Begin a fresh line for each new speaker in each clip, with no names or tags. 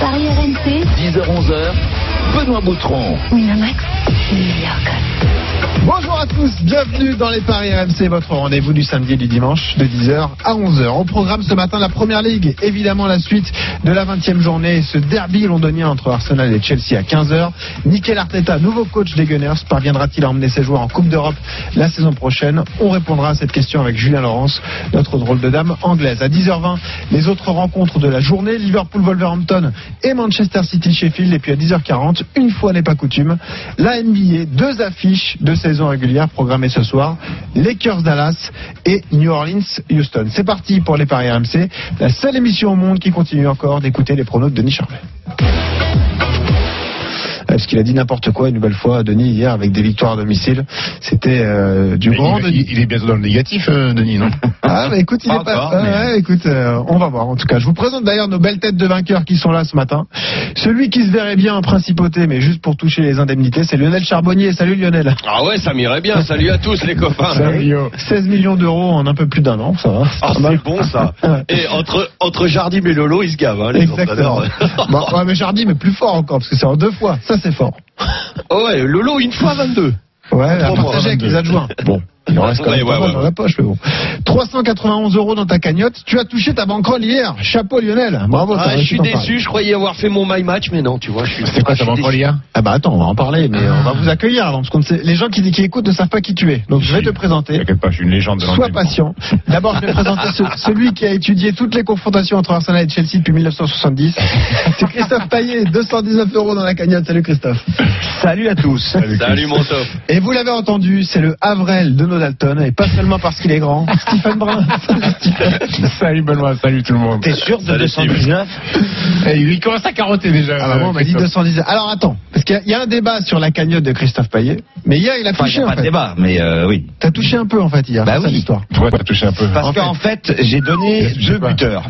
Paris RMC,
10h-11h, Benoît Boutron.
Winamax, New York.
Bonjour à tous, bienvenue dans les Paris RMC, votre rendez-vous du samedi et du dimanche de 10h à 11h. Au programme ce matin, la Première Ligue, évidemment la suite de la 20e journée, ce derby londonien entre Arsenal et Chelsea à 15h. Nickel Arteta, nouveau coach des Gunners, parviendra-t-il à emmener ses joueurs en Coupe d'Europe la saison prochaine On répondra à cette question avec Julien Laurence, notre drôle de dame anglaise. À 10h20, les autres rencontres de la journée, Liverpool-Wolverhampton et Manchester City-Sheffield. Et puis à 10h40, une fois n'est pas coutume, la NBA, deux affiches de saison régulière programmées ce soir, Lakers-Dallas et New Orleans-Houston. C'est parti pour les Paris RMC, la seule émission au monde qui continue encore d'écouter les pronos de Denis Charvet. Euh, Parce qu'il a dit n'importe quoi une nouvelle fois, Denis, hier, avec des victoires à domicile. C'était euh, du
Mais
grand
il,
Denis.
il- il est bientôt dans le négatif, euh, Denis, non
Ah, bah écoute, il
Pas
est pas.
encore,
ouais,
mais-
ouais, écoute, euh, on va voir en tout cas. Je vous présente d'ailleurs nos belles têtes de vainqueurs qui sont là ce matin. Celui qui se verrait bien en principauté, mais juste pour toucher les indemnités, c'est Lionel Charbonnier. Salut Lionel.
Ah ouais, ça m'irait bien. Salut à tous les copains.
16 millions d'euros en un peu plus d'un an, ça va.
Ah, c'est bon ça. Et entre, entre Jardim et Lolo, ils se gavent, hein, les
Exactement.
entraîneurs.
Bon, Bah, ouais, mais Jardim mais plus fort encore, parce que c'est en deux fois. Ça, c'est fort.
Oh ouais, Lolo, une fois 22.
Ouais, à
Trois mois,
partager avec
22.
les adjoints. Bon, il en reste quand
Ouais,
même
ouais,
pas mal
ouais,
dans
ouais.
la poche, mais bon. 391 euros dans ta cagnotte. Tu as touché ta banquerolle hier. Chapeau Lionel. Bravo. t'as
Ah, je
réussi
suis
ton pari.
déçu, je croyais avoir fait mon my match, mais non, tu vois, je suis.
C'est quoi
ah, je
ça
suis
va
déçu.
encore lien
Ah bah attends, on va en parler, mais on va vous accueillir avant, parce qu'on ne sait- les gens qui, qui écoutent ne savent pas qui tu es. Donc je vais te présenter.
T'inquiète pas, je suis une légende de
Sois
l'entraînement.
patient. D'abord, je vais présenter ce- celui qui a étudié toutes les confrontations entre Arsenal et Chelsea depuis 1970. C'est Christophe Payet, 219 euros dans la cagnotte. Salut Christophe.
Salut à tous.
Salut mon top.
Et vous l'avez entendu, c'est le Avrel de Nodalton, et pas seulement parce qu'il est grand. Stephen Brun. Salut, Stephen.
Salut Benoît, salut tout le monde.
T'es sûr de
Salut,
219
Eh, il commence à carotter déjà.
Ah bah bon, on m'a dit
Christophe.
210. Alors attends, parce qu'il y a- il y, a un débat sur la cagnotte de Christophe Payet, mais hier il a
Enfin, il
touché
n'y a
en
pas de
fait.
débat, mais euh, oui.
T'as touché un peu en fait hier,
Bah
c'est ça
oui.
l'histoire.
Pourquoi t'as touché un peu
Parce
En fait-
qu'en fait, j'ai donné
Qu'est-ce que je
deux
sais pas
buteurs.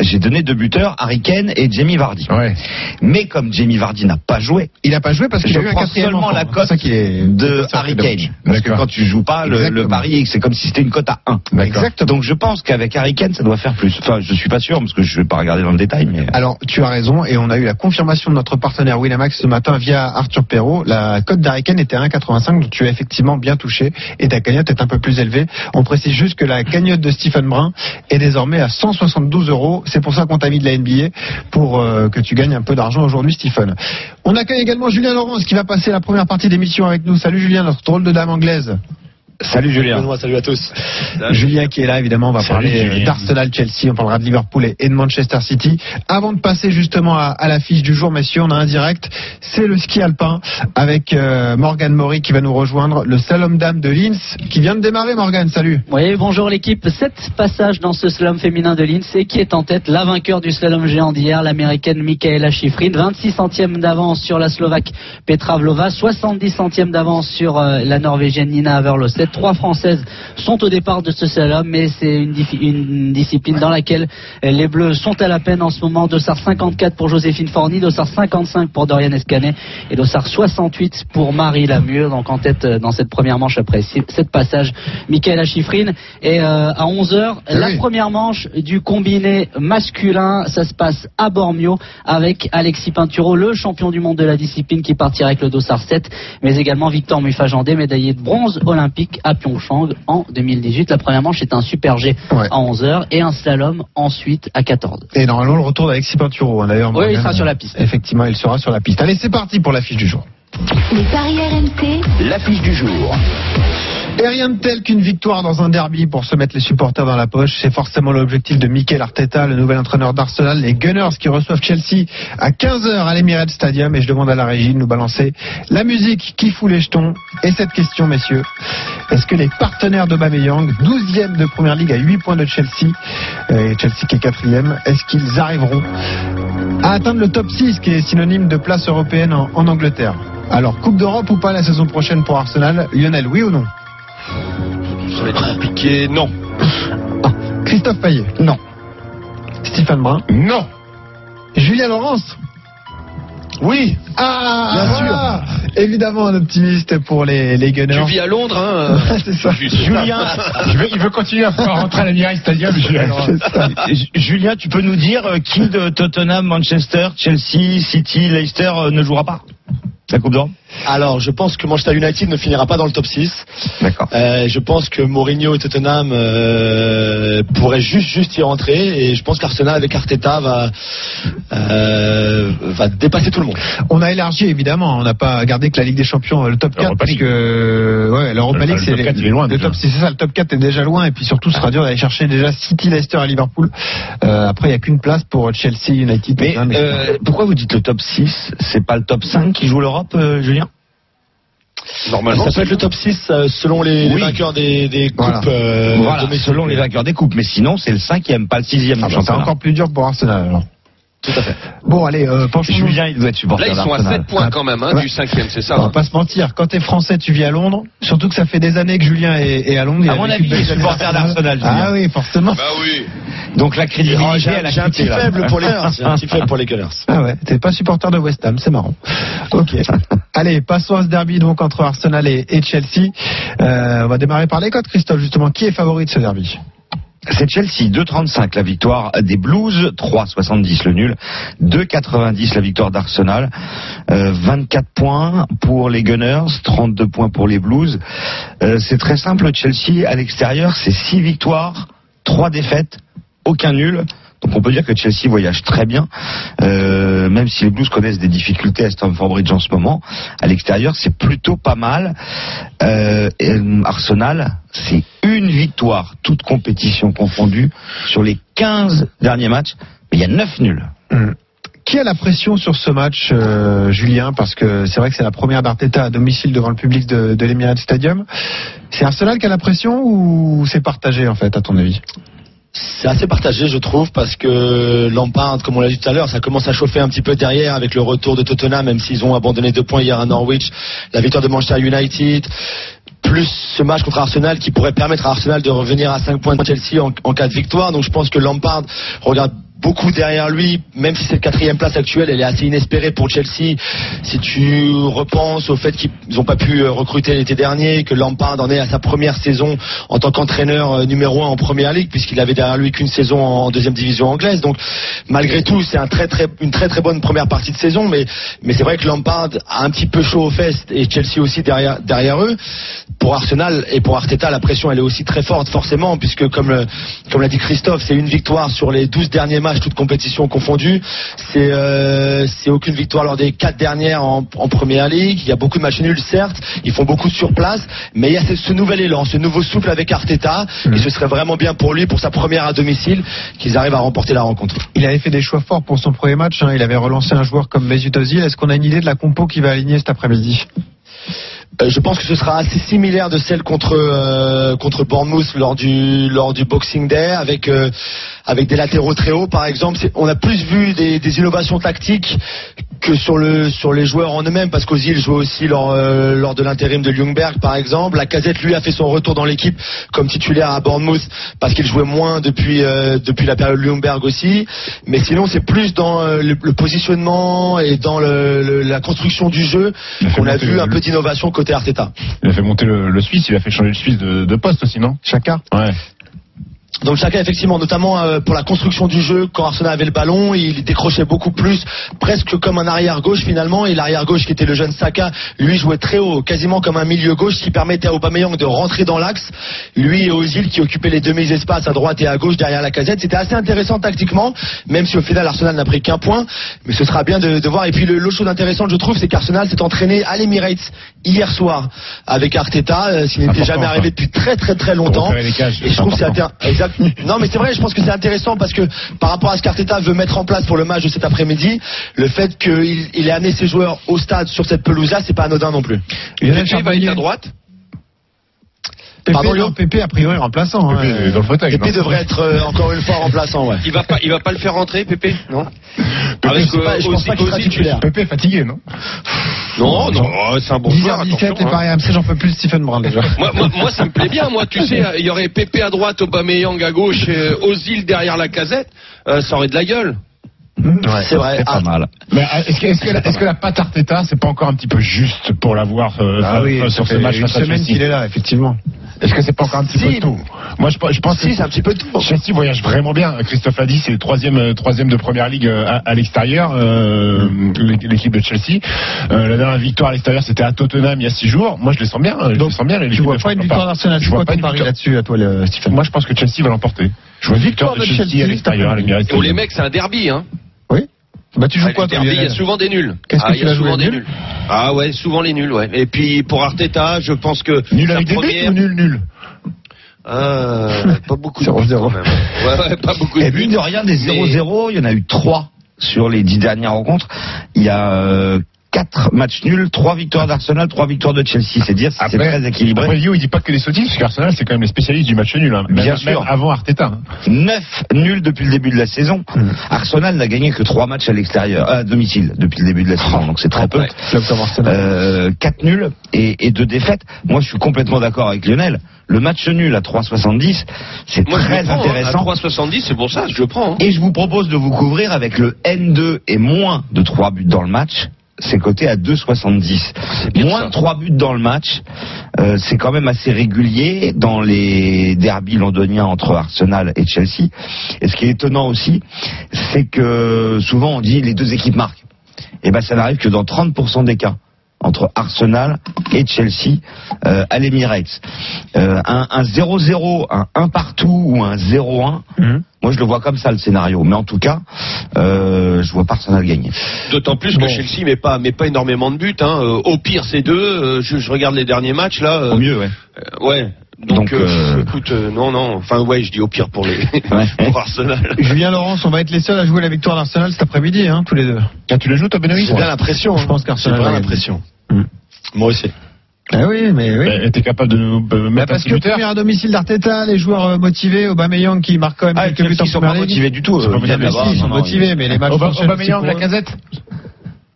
J'ai donné deux buteurs, Harry Kane et Jamie Vardy.
Ouais.
Mais comme Jamie Vardy n'a pas joué,
Il a pas joué parce qu'il
je
a eu un
prends
quatrième
seulement
enfant.
la
C'est
cote
ça qui est-
de
ça,
Harry
c'est dommage.
Kane. Parce que
D'accord.
quand tu joues pas, le, le
Exactement.
pari, c'est comme si c'était une cote à 1.
D'accord.
Donc je pense qu'avec Harry Kane, ça doit faire plus. Enfin, je suis pas sûr, parce que je vais pas regarder dans le détail, mais...
Alors, tu as raison, et on a eu la confirmation de notre partenaire Winamax ce matin via Arthur Perrault. La cote d'Ariken était à 1,85, donc tu as effectivement bien touché, et ta cagnotte est un peu plus élevée. On précise juste que la cagnotte de Stephen Brun est désormais à 172 euros. C'est pour ça qu'on t'a mis de la NBA, pour euh, que tu gagnes un peu d'argent aujourd'hui, Stephen. On accueille également Julien Laurence, qui va passer la première partie d'émission avec nous. Salut Julien, notre drôle de dame anglaise.
Salut Julien.
salut à tous.
Julien qui est là, évidemment, on va
Salut,
parler euh,
Julien.
d'Arsenal, Chelsea, on parlera de Liverpool et- et de Manchester City. Avant de passer justement à, à l'affiche du jour, messieurs, on a un direct, c'est le ski alpin avec euh, Morgane Maury qui va nous rejoindre, le slalom dame de Linz qui vient de démarrer, Morgane, salut.
Oui, bonjour l'équipe. Sept passages dans ce slalom féminin de l'INSEE E qui est en tête. La vainqueur du slalom géant d'hier, l'américaine Michaela Schifrin. 26 centièmes d'avance sur la slovaque Petra Vlova. 70 centièmes d'avance sur euh, la norvégienne Nina Haverlos. Ces trois françaises sont au départ de ce slalom, mais c'est une, diffi- une discipline dans laquelle euh, les bleus sont à la peine en ce moment. Dossard 54 pour Joséphine Forny, Dossard 55 pour Dorian Escanet et Dossard 68 pour Marie Lamure. Donc en tête euh, dans cette première manche après six- sept passages, Michaela Schifrin. Et euh, à 11h,
Eh
la
oui.
première manche du combiné masculin. Ça se passe à Bormio avec Alexis Pinturo, le champion du monde de la discipline qui partira avec le Dossard 7, mais également Victor Mufajandé, médaillé de bronze olympique à Pyeongchang en 2018. La première manche est un super G
Ouais.
à 11h et un slalom ensuite à 14h.
Et normalement le retour d'Alexis Pinturo, hein, d'ailleurs.
Oui,
Morgane,
il sera sur la piste.
Effectivement, il sera sur la piste. Allez, c'est parti pour l'affiche du jour.
Les Paris RMC,
L'affiche du jour.
Et rien de tel qu'une victoire dans un derby pour se mettre les supporters dans la poche. C'est forcément l'objectif de Mikel Arteta, le nouvel entraîneur d'Arsenal. Les Gunners qui reçoivent Chelsea à 15h à l'Emirates Stadium. Et je demande à la régie de nous balancer la musique qui fout les jetons. Et cette question, messieurs, est-ce que les partenaires de 12e de Première Ligue à 8 points de Chelsea, et Chelsea qui est 4e, est-ce qu'ils arriveront à atteindre le top 6 qui est synonyme de place européenne en, en Angleterre Alors, Coupe d'Europe ou pas la saison prochaine pour Arsenal Lionel, oui ou non
Ça va être compliqué. Non.
Oh, Christophe Payet. Non. Stéphane Brun.
Non
Julien Laurence.
Oui.
Ah
Bien
voilà. évidemment un optimiste pour les, les Gunners.
Tu vis à Londres, hein
C'est ça.
Julien,
Il veut, il veut continuer à pouvoir rentrer à l'Amirail Stadium, Julien.
J- Julien, tu peux nous dire euh, qui de Tottenham, Manchester, Chelsea, City, Leicester euh, ne jouera pas La Coupe d'Or
Alors, je pense que Manchester United ne finira pas dans le top 6.
D'accord.
Euh, je pense que Mourinho et Tottenham euh, pourraient juste juste y rentrer et je pense qu'Arsenal avec Arteta va euh, va dépasser tout le monde.
On a élargi évidemment, on n'a pas gardé que la Ligue des Champions, euh, le top 4,
L'Europa
parce
League.
que ouais, l'Europa
Le-
League
le
c'est
top 4, il est loin,
le
déjà.
top, c'est c'est ça, le top 4 est déjà loin, et puis surtout ce sera dur d'aller chercher déjà City, Leicester et Liverpool. Euh, après, il n'y a qu'une place pour Chelsea, United.
Mais
Tottenham, etc.
euh, pourquoi vous dites le top 6 C'est pas le top 5 qui joue l'Europe, euh, Julien
Normalement.
ça peut être le top 6 euh, selon les, les
Oui.
vainqueurs des, des coupes.
Voilà.
euh,
Voilà,
domestiques.
selon les vainqueurs des coupes. Mais sinon, c'est le 5 pas le 6
bah,
Ah, c'est encore plus dur pour Arsenal. Alors.
Tout à fait.
Bon, allez, euh, penchons-nous.
Julien, il doit être supporter
Là, ils sont à
d'Arsenal.
7 points quand même, hein, du 5ème, c'est ça
On va
hein
pas se mentir, quand t'es français, tu vis à Londres. Surtout que ça fait des années que Julien est, est à Londres. il
À
a
mon
vécu
avis,
des
il est
années
supporter d'Arsenal, Julien.
Ah oui, forcément. Oh,
Bah oui.
Donc la crédibilité,
J'ai
elle a
j'ai un
quitté,
petit
là.
faible pour les j'ai un petit faible pour les Gunners.
Ah ouais, t'es pas supporter de West Ham, c'est marrant. Ok. Allez, passons à ce derby donc entre Arsenal et, et Chelsea. Euh, on va démarrer par les codes, Christophe, justement. Qui est favori de ce derby
C'est Chelsea, 2,35 la victoire des Blues, 3,70 le nul, 2,90 la victoire d'Arsenal, euh, 24 points pour les Gunners, 32 points pour les Blues. Euh, c'est très simple, Chelsea à l'extérieur, c'est 6 victoires, 3 défaites, aucun nul. Donc on peut dire que Chelsea voyage très bien, euh, même si les Blues connaissent des difficultés à Stamford Bridge en ce moment. À l'extérieur, c'est plutôt pas mal. Euh, et, euh, Arsenal, c'est une victoire, toute compétition confondue, sur les 15 derniers matchs. Mais il y a 9 nuls.
Hum. Qui a la pression sur ce match, euh, Julien Parce que c'est vrai que c'est la première d'Arteta à domicile devant le public de, de l'Emirates Stadium. C'est Arsenal qui a la pression ou c'est partagé en fait, à ton avis
C'est assez partagé, je trouve, parce que Lampard, comme on l'a dit tout à l'heure, ça commence à chauffer un petit peu derrière avec le retour de Tottenham, même s'ils ont abandonné deux points hier à Norwich, la victoire de Manchester United, plus ce match contre Arsenal qui pourrait permettre à Arsenal de revenir à 5 points de Chelsea en, en cas de victoire. Donc je pense que Lampard regarde beaucoup derrière lui, même si cette quatrième place actuelle, elle est assez inespérée pour Chelsea. Si tu repenses au fait qu'ils n'ont pas pu euh, recruter l'été dernier, que Lampard en est à sa première saison en tant qu'entraîneur euh, numéro un en première ligue, puisqu'il avait derrière lui qu'une saison en deuxième division anglaise. Donc, malgré tout, c'est un très, très, une très très bonne première partie de saison, mais, mais c'est vrai que Lampard a un petit peu chaud aux fesses et Chelsea aussi derrière, derrière eux. Pour Arsenal et pour Arteta, la pression elle est aussi très forte, forcément, puisque comme, le- comme l'a dit Christophe, c'est une victoire sur les 12 derniers matchs, toutes compétitions confondues. C'est euh, c'est aucune victoire lors des quatre dernières en, en première ligue. Il y a beaucoup de matchs nuls, certes. Ils font beaucoup de surplace. Mais il y a ce, ce nouvel élan, ce nouveau souffle avec Arteta. Et ce serait vraiment bien pour lui, pour sa première à domicile, qu'ils arrivent à remporter la rencontre.
Il avait fait des choix forts pour son premier match. hein. Il avait relancé un joueur comme Mesut Ozil. Est-ce qu'on a une idée de la compo qui va aligner cet après-midi
Euh, je pense que ce sera assez similaire de celle contre euh, contre Bournemouth lors du lors du Boxing Day avec euh, avec des latéraux très hauts par exemple. C'est- On a plus vu des, des innovations tactiques que sur le sur les joueurs en eux-mêmes parce qu'Ozil jouait aussi lors euh, lors de l'intérim de Ljungberg par exemple. La Casette lui a fait son retour dans l'équipe comme titulaire à Bournemouth parce qu'il jouait moins depuis euh, depuis la période Ljungberg aussi. Mais sinon c'est plus dans euh, le, le positionnement et dans le- le- la construction du jeu
Il a fait
qu'on a
monter
vu
le-
un peu d'innovation côté Arteta.
Il a fait monter le, le Suisse, il a fait changer le Suisse de, de poste aussi, non
Chacun
Ouais.
Donc chacun effectivement, notamment euh, pour la construction du jeu, quand Arsenal avait le ballon, il décrochait beaucoup plus, presque comme un arrière gauche finalement. Et l'arrière gauche qui était le jeune Saka, lui jouait très haut, quasiment comme un milieu gauche, ce qui permettait à Aubameyang de rentrer dans l'axe. Lui et Ozil qui occupaient les demi espaces à droite et à gauche derrière la casette. C'était assez intéressant tactiquement, même si au final Arsenal n'a pris qu'un point. Mais ce sera bien de, de voir. Et puis le, l'autre chose intéressante, je trouve, c'est qu'Arsenal s'est entraîné à l'Emirates hier soir avec Arteta, euh, s'il n'était
Important,
jamais
ça.
arrivé depuis très très très longtemps.
repérer les cages,
Et je
c'est
trouve que c'est
important.
intér- Exact. Non, mais c'est vrai, je pense que c'est intéressant parce que par rapport à ce qu'Arteta veut mettre en place pour le match de cet après-midi, le fait qu'il il ait amené ses joueurs au stade sur cette pelouse-là, c'est pas anodin non plus.
Lionel
Pepe va être à
Charbonnier.
droite.
Pépé,
Pardon,
non,
Léo
Pépé, a priori remplaçant. hein.
Pepe est dans le fauteuil.
Pepe
non
devrait être euh, encore une fois remplaçant, ouais.
Il va pas, il va pas le faire rentrer, Pépé Non.
je sais pas, je pense pas qu'il sera titulaire.
euh, Pepe est fatigué, non
Non, non, oh,
Ah
c'est un bon joueur.
10h17
attention,
et
hein.
Paris AMC, j'en peux plus de Stephen Brown déjà.
Moi, moi, moi, ça me plaît bien. Moi, tu sais, il y aurait Pépé à droite, Aubameyang à gauche, euh, Ozil derrière la casette. euh, ça aurait de la gueule.
Mmh.
C'est vrai.
C'est pas
Ah,
mal.
Mais euh, est-ce que, est-ce que la, est-ce que la patte Arteta, c'est pas encore un petit peu juste pour l'avoir euh,
Ah oui,
euh,
ça
sur ce
fait
match
une
face à
semaine
Chelsea
qu'il est là, effectivement.
Est-ce que c'est pas encore un petit
Si.
peu tôt Moi, je, je pense que
Si, c'est un petit peu tout.
Chelsea voyage vraiment bien. Christophe a dit, c'est le troisième, euh, troisième de première ligue euh, à, à l'extérieur, euh, l'é- l'équipe de Chelsea. Euh, la dernière victoire à l'extérieur, c'était à Tottenham il y a six jours. Moi, je les sens bien. euh, Je
Donc,
les sens bien. les-
Tu
l'équipe
vois
de
pas une
Champions.
victoire d'Arsenal.
Je
Tu vois
vois pas
ton
une
pari
victoire.
là-dessus, à toi, le- Stephen
Moi, je pense que Chelsea va l'emporter. Je vois une victoire de
Victoire de
Chelsea à
Chelsea,
l'extérieur. elle est méritée.
Oh, les mecs, c'est un derby, hein.
Oui. Bah, tu joues
Ouais,
quoi,
le
toi,
derby, il y a
Lionel
souvent des nuls.
Qu'est-ce que
Ah, il
tu
y a
vas jouer,
souvent des
nul
nuls. Ah ouais, souvent les nuls, ouais. Et puis pour Arteta, je pense que
Nul
sa
avec des buts
première-
ou nul nul
Euh, pas beaucoup de buts
0-0.
quand même. Ouais, ouais, pas beaucoup de
Et
buts.
Eh, mine de rien, des
Mais-
0-0, il y en a eu 3 sur les 10 dernières rencontres. Il y a 4 matchs nuls, 3 victoires d'Arsenal, 3 victoires de Chelsea. C'est dire si c'est
Après-
très équilibré.
Après, Lio, il dit pas que des sottises, parce qu'Arsenal, c'est quand même les spécialistes du match nul. hein. Même,
Bien
même
sûr.
avant Arteta. hein.
9 nuls depuis le début de la saison.
Hmm.
Arsenal n'a gagné que 3 matchs à l'extérieur, euh, à domicile depuis le début de la saison, donc c'est très peu.
ouais.
Club comme Arsenal.
Euh, 4 nuls et, et 2 défaites. Moi, je suis complètement d'accord avec Lionel. Le match nul à 3,70, c'est
Moi, je
très
le prends, hein,
intéressant.
à 3,70, c'est pour ça, je le prends. hein.
Et je vous propose de vous couvrir avec le N2 et moins de 3 buts dans le match. C'est coté à 2,70.
bien
Moins
ça.
de 3 buts dans le match, euh, c'est quand même assez régulier dans les derbys londoniens entre Arsenal et Chelsea. Et ce qui est étonnant aussi, c'est que souvent on dit les deux équipes marquent. Et ben ça n'arrive que dans 30% des cas entre Arsenal et Chelsea euh, à l'Emirates. Euh, un un 0-0, un 1 partout ou un 0-1,
Mhm.
moi je le vois comme ça le scénario. Mais en tout cas, euh, je vois pas Arsenal gagner.
D'autant plus que Chelsea met pas, met pas énormément de buts. Hein. Euh, Au pire, c'est deux. Euh, Je, je regarde les derniers matchs là. euh,
Au mieux, ouais.
euh, ouais. Donc,
Donc,
euh,
euh,
écoute, euh, non, non. Enfin, ouais, je dis au pire pour les
Ouais.
pour Arsenal.
Julien Laurence, on va être les seuls à jouer la victoire d'Arsenal cet après-midi, hein, tous les deux.
Ah, tu le joues, toi, Benoît
J'ai bien l'impression.
Je
hein.
pense
J'ai
qu'Arsenal va
bien
gagner.
l'impression.
Mm.
Moi aussi.
Ah oui, mais oui.
Eh, T'es capable de nous euh,
Bah,
mettre un
parce
petit
que
buteur
première à domicile d'Arteta, les joueurs euh, motivés, Aubameyang qui marque quand même
Ah,
quelques buts en
ils sont
première
pas
ligue.
motivés du tout.
C'est pas
bien
motivé,
là-bas.
Si, ils sont
Non, non,
motivés, mais les matchs
Aubame-
fonctionnent aussi
Aubameyang,
pour
la
eux.
casette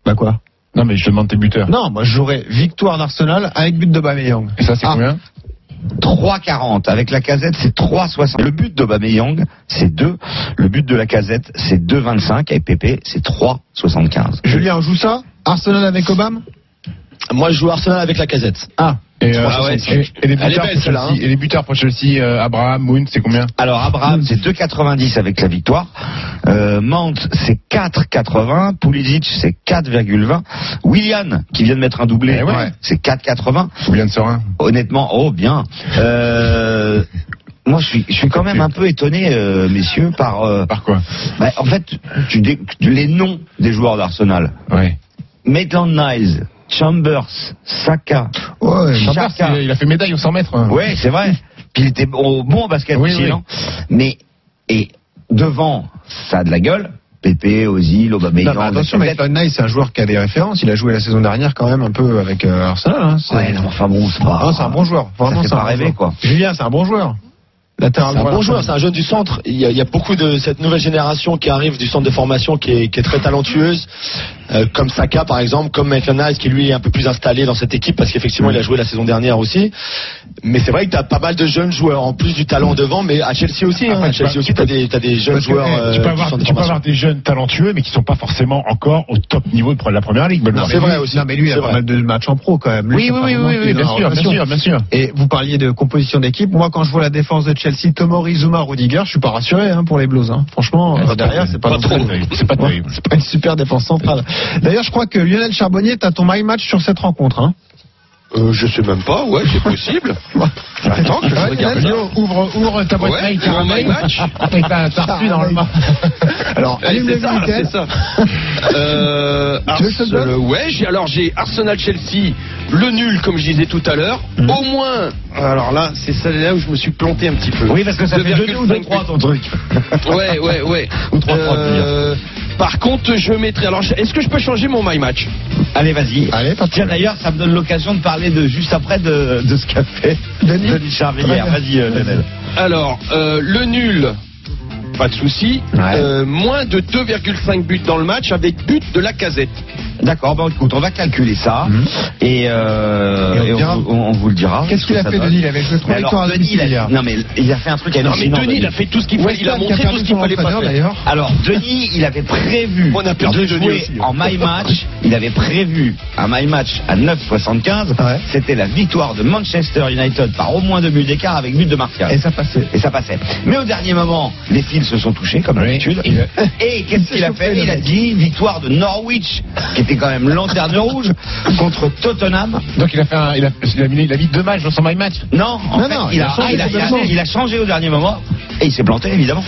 Bah quoi
Non, mais je demande tes buteurs.
Non, moi je jouerais victoire d'Arsenal avec but de Aubameyang.
Et ça, c'est
Ah.
combien
3,40. Avec la casette, c'est 3,60. Le but d'Aubameyang, c'est 2. Le but de la casette, c'est 2,25. Et Pépé, c'est 3,75.
Julien, on joue ça Arsenal avec Obama
Moi, je joue Arsenal avec la casette.
Ah,
et, euh,
Ah ouais,
et- et les
elle est
buteurs
belle,
pour
celle-là,
hein.
Chelsea- et les buteurs pour Chelsea, euh, Abraham, Moon, c'est combien
Alors, Abraham, c'est 2,90 avec la victoire. Euh, Mount, c'est 4,80. Pulisic, c'est 4,20. Willian, qui vient de mettre un doublé,
Eh ouais.
c'est 4,80.
Julien de Serein.
Honnêtement, oh bien. Euh, moi, je suis, je suis quand même un peu étonné, euh, messieurs, par. euh,
Par quoi
bah, en fait, tu dé- les noms des joueurs d'Arsenal.
Ouais.
Maitland Niles, Chambers, Saka.
Chambers,
Chaka.
il a- il a fait médaille aux 100 mètres. hein.
Ouais, c'est vrai. Puis il était bon, bon au basket
Oui,
aussi,
oui.
non Mais et devant, ça a de la gueule. Pépé, Ozil, Aubameyang.
non, mais attention,
Lacazette.
Maitland Nice, c'est un joueur qui a des références. Il a joué la saison dernière quand même un peu avec euh, Arsenal. hein. C'est
Ouais, non, enfin bon, c'est pas.
Ah, c'est un bon joueur. Vraiment,
Ça fait
c'est un
pas
bon
rêver,
joueur.
quoi.
Julien, c'est un bon joueur. Latéral
C'est un
droit,
bon
Arsenal.
joueur, c'est un jeune du centre. Il y, a, il y a beaucoup de cette nouvelle génération qui arrive du centre de formation qui est, qui est très talentueuse, euh, comme Saka par exemple, comme Maitland Nice qui lui est un peu plus installé dans cette équipe parce qu'effectivement il a joué la saison dernière aussi. Mais c'est vrai que tu as pas mal de jeunes joueurs en plus du talent devant, mais à Chelsea aussi. hein.
Après,
à
Ah, tu
Chelsea
peux-
aussi, tu as des, t'as des jeunes
Parce que,
joueurs.
eh, tu
euh,
peux,
du
avoir,
centre de
tu peux
formation.
avoir des jeunes talentueux, mais qui sont pas forcément encore au top niveau de la première ligue.
Non,
Benoît.
mais
c'est
lui-
vrai aussi.
Non, mais lui, il a
C'est
pas
vrai.
mal de matchs en pro quand même. Lui,
Oui,
c'est
oui,
pas
oui,
vraiment
oui,
qu'il
oui,
est
bien
en
sûr, bien
rotation.
sûr, bien sûr.
Et vous parliez de composition d'équipe. Moi, quand je vois la défense de Chelsea, Tomori, Zuma, Rudiger, je suis pas rassuré hein, pour les Blues. hein. Franchement, euh, derrière, c'est pas, non plus-
terrible. C'est pas terrible.
C'est pas une super défense centrale. D'ailleurs, je crois que Lionel Charbonnier, t'as ton my match sur cette rencontre. Hein.
Euh, je sais même pas. Ouais, c'est possible. Attends, que je
Ouais,
regarde. ça.
Lio, ouvre, ouvre ta boîte
Ouais,
mail,
c'est mon
caramel.
my match.
Et t'as t'as reçu dans le main.
Alors,
Ouais,
allume
c'est
le
ça,
Minitel.
c'est ça. Euh,
Tu veux que je te le donne
Arsenal- ouais, j'ai- alors j'ai Arsenal Chelsea, le nul comme je disais tout à l'heure.
Mhm.
Au moins, alors là, c'est celle-là où je me suis planté un petit peu.
Oui, parce que ça fait 2 ou 2
2,5.
3 ton truc.
Ouais, ouais, ouais.
Ou trois, trois,
Euh, par contre, je mettrai. Alors, est-ce que je peux changer mon my match
Allez, vas-y.
Allez, parti.
Tiens, d'ailleurs, ça me donne l'occasion de parler de juste après de, de ce qu'a fait
Denis.
Denis Charvillière.
Très
Vas-y, euh, Lionel.
Alors, euh, le nul, pas de souci. Euh, moins de 2,5 buts dans le match avec but de la casette.
D'accord, bah écoute, on va calculer ça
Mhm.
et, euh,
Et on
et on,
dira.
vous- on- on vous le dira.
Qu'est-ce qu'il a
Ça
fait,
donne.
Denis Il avait fait trois
Mais alors,
victoires à
Denis, il a-
domicile hier.
Non mais il a fait un truc
Non, mais
hallucinant.
Denis, il a fait tout ce qu'il fallait. Il a
Weston qui
montré tout
perdu
ce qu'il
son
fallait pas
entraîneur,
faire.
d'ailleurs.
Alors Denis, il avait prévu
On a perdu
de
Denis
jouer
aussi, hein.
en my match. Il avait prévu un my match à 9,75.
Ouais.
C'était la victoire de Manchester United par au moins deux buts d'écart avec but de Martial.
Et ça passait.
Et ça passait. Mais au dernier moment, les fils se sont touchés, comme d'habitude. Et qu'est-ce qu'il a fait Il a dit victoire de Norwich, qui était quand même lanterne rouge, contre Tottenham.
Donc il a fait un- il a, il a mis, il a mis deux matchs dans son my match.
Non, en
Non,
fait,
non,
il,
il
a,
a changé
il a- il a-
complètement.
il a changé au dernier moment. Et il s'est planté, évidemment.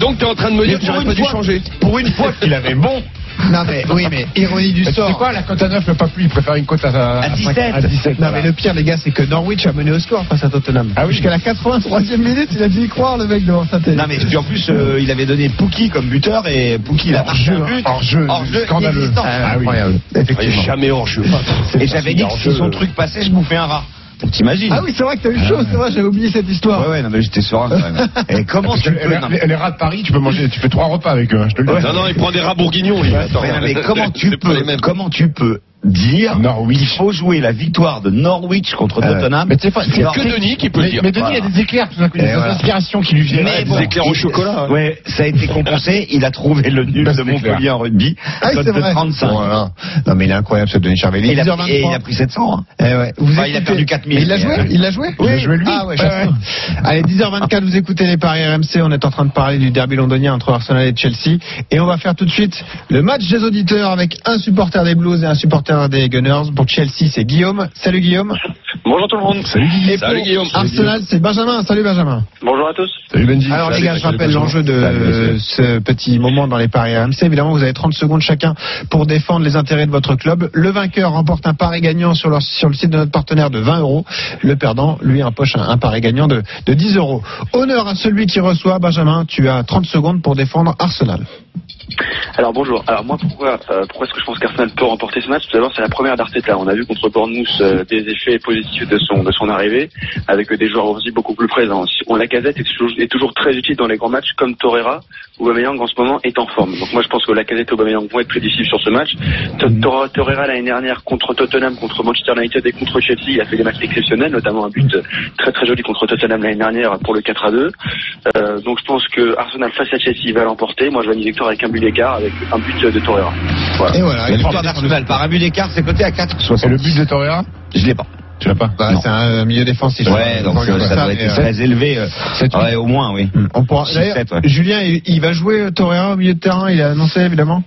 Donc t'es en train de me dire que
pour
j'aurais
une
pas dû
fois-
changer.
Pour une fois qu'il avait bon.
Non, mais oui, mais ironie du
C'est
sort.
quoi la cote à 9 le papy Il préfère une cote à,
À
5,
17.
à 17
Non,
voilà.
mais le pire, les gars, c'est que Norwich a mené au score face à Tottenham.
Ah oui.
Jusqu'à la 83e minute, il a dû y croire, le mec, devant sa tête.
Non mais puis en plus euh, il avait donné Pouki comme buteur et Pouki il a marqué
Hors-jeu,
un but
hors-jeu,
Hors-jeu
scandaleux.
inexistant.
Ah oui.
Incroyable. Effectivement.
Jamais hors jeu.
Et j'avais dit que si son truc passait je bouffais un rat. T'imagines
Ah oui, c'est vrai que t'as eu chaud, c'est vrai, j'avais oublié cette histoire.
Ouais ouais non mais j'étais serein quand même. Et comment tu
Tu-
peux non, mais-
les, les rats de Paris, tu peux manger, tu fais trois repas avec eux, hein, je te le dis.
Non, non, il prend des rats bourguignons, lui. Attends.
Ouais, non, mais comment tu
C'est pas les
peux
mêmes.
comment tu peux dire
Norwich.
qu'il faut jouer la victoire de Norwich contre
Euh,
Tottenham
mais c'est pas- c'est
Alors,
Que Denis qui peut le
Mais,
dire.
mais Denis,
Voilà.
il y a des éclairs, tout d'un coup, il y a
Et
des
voilà.
inspirations qui lui viennent.
Mais
Des
bon.
éclairs au chocolat. hein.
Ouais, ça a été compensé, il a trouvé le nul
Bah,
de
c'est
Montpellier
clair.
en rugby,
Ah,
cote
c'est
de
vrai.
35.
Non, mais il est incroyable, ce Denis Charvet.
Et il, a, et il a pris 700. hein.
Eh ouais. Vous
Enfin, il a
écoutez-
perdu 4000.
Il l'a joué
Mais, euh,
Il l'a joué
il l'a joué, lui.
Ah ouais,
Ouais,
j'assure. Allez, 10h24, vous écoutez les paris RMC. On est en train de parler du derby londonien entre Arsenal et Chelsea. Et on va faire tout de suite le match des auditeurs avec un supporter des Blues et un supporter des Gunners. Pour Chelsea, c'est Guillaume. Salut Guillaume.
Bonjour tout le monde.
Et
Salut,
pour
Guillaume.
Arsenal, c'est Benjamin. Salut Benjamin.
Bonjour à tous.
Salut Benji.
Alors les gars, je rappelle l'enjeu de euh, ce petit moment dans les paris RMC. Évidemment, vous avez 30 secondes chacun pour défendre les intérêts de votre club. Le vainqueur remporte un pari gagnant sur, leur- sur le site de notre partenaire de 20 euros. Le perdant, lui, empoche un, un pari gagnant de, de 10 euros. Honneur à celui qui reçoit. Benjamin, tu as 30 secondes pour défendre Arsenal.
Alors bonjour. Alors moi pourquoi euh, pourquoi est-ce que je pense qu'Arsenal peut remporter ce match Tout d'abord c'est la première d'Arteta. On a vu contre Bournemouth euh, des effets positifs de son de son arrivée avec des joueurs aussi beaucoup plus présents. On la casette est toujours, est toujours très utile dans les grands matchs comme Torreira ou Aubameyang en ce moment est en forme. Donc moi je pense que la casette et Aubameyang vont être très difficiles sur ce match. To-
Mhm.
Tor- Torreira l'année dernière contre Tottenham, contre Manchester United et contre Chelsea, il a fait des matchs exceptionnels, notamment un but euh, très très joli contre Tottenham l'année dernière pour le 4 à 2. Euh, donc je pense que Arsenal face à Chelsea va l'emporter. Moi je vois une victoire avec un but d'écart, avec un but euh, de Torreira. Voilà.
Et voilà.
La
il
victoire
part
d'Arsenal par un but d'écart, c'est coté à 4,60.
Et le but de Torreira
Je l'ai pas.
Tu l'as pas
Bah,
Non.
c'est un milieu défensif.
Ouais, donc
On regarde
euh, ça doit
mais,
être
euh,
très élevé. euh,
sept,
Ouais, au moins, oui.
on pourra-
Six,
d'ailleurs,
sept, ouais.
Julien, il, il va jouer euh, Torreira au milieu de terrain. Il a annoncé évidemment.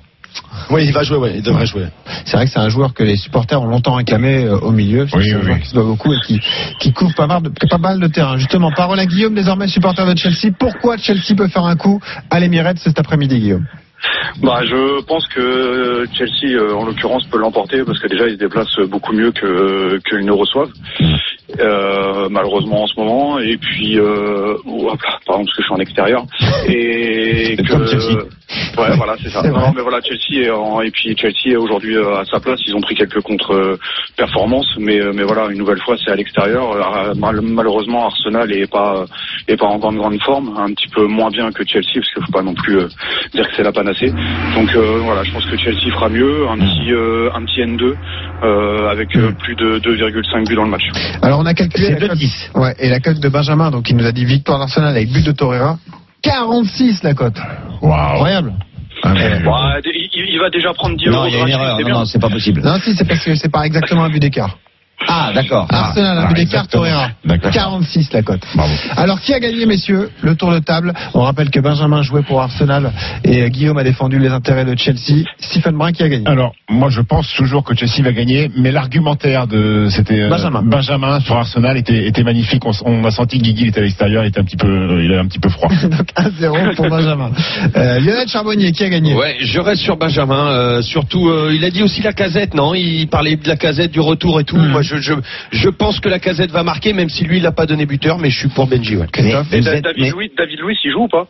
Oui, il va jouer, oui, il devrait jouer.
C'est vrai que c'est un joueur que les supporters ont longtemps réclamé euh, au milieu. parce que
Oui,
c'est un
oui,
joueur
oui.
qui se doit beaucoup et qui, qui couvre pas mal, de, pas mal de terrain. Justement, parole à Guillaume, désormais supporter de Chelsea. Pourquoi Chelsea peut faire un coup à l'Emirates cet après-midi, Guillaume
Bah, je pense que Chelsea, euh, en l'occurrence, peut l'emporter parce que déjà, ils se déplacent beaucoup mieux que qu'ils ne reçoivent. Euh, malheureusement en ce moment et puis euh, oh, hop là, pardon parce que je suis en extérieur et que
comme Chelsea.
ouais voilà c'est ça
C'est vrai.
non mais voilà Chelsea est en- et puis Chelsea est aujourd'hui euh, à sa place ils ont pris quelques contre performances mais euh, mais voilà une nouvelle fois c'est à l'extérieur Euh, mal- malheureusement Arsenal est pas est pas en grande grande forme un petit peu moins bien que Chelsea parce qu'il faut pas non plus euh, dire que c'est la panacée donc euh, voilà, je pense que Chelsea fera mieux, un petit euh, un petit N2 euh, avec
Mm.
euh, plus de 2,5 buts dans le match.
Alors, on a calculé
C'est
la cote.
2,10.
Ouais, et la cote de Benjamin, donc il nous a dit victoire d'Arsenal avec but de Torreira. 46 la cote.
Waouh.
Incroyable.
Bah, d- il, il va déjà prendre 10
Ah, euh, Non,
euros
il y a une
gratuits,
erreur.
c'est
Non,
bien.
non, c'est pas possible.
Non, si, c'est parce que c'est pas exactement un but d'écart.
Ah, d'accord. Ah,
Arsenal, un
ah,
but d'écart,
exactement.
Torreira.
D'accord.
46 la cote.
Bravo.
Alors, qui a gagné, messieurs Le tour de table. On rappelle que Benjamin jouait pour Arsenal et euh, Guillaume a défendu les intérêts de Chelsea. Stephen Brun qui a gagné.
Alors, moi, je pense toujours que Chelsea va gagner, mais l'argumentaire de c'était euh,
Benjamin.
Benjamin sur Arsenal était, était magnifique. On, s- on a senti que Guigui était à l'extérieur, il était un petit peu, euh, il avait un petit peu froid.
Donc 1-0 pour Benjamin. Euh, Lionel Charbonnier qui a gagné.
Ouais, je reste sur Benjamin. euh, surtout, euh, il a dit aussi la casette, non Il parlait de la casette, du retour et tout. Moi, je,
je, je, je pense que la casette va marquer, même si lui, il n'a pas donné buteur, mais je suis pour Benji. Ouais.
Mais
Et
vous
Da-
êtes- mais-
David Louis, David Louis, il joue ou pas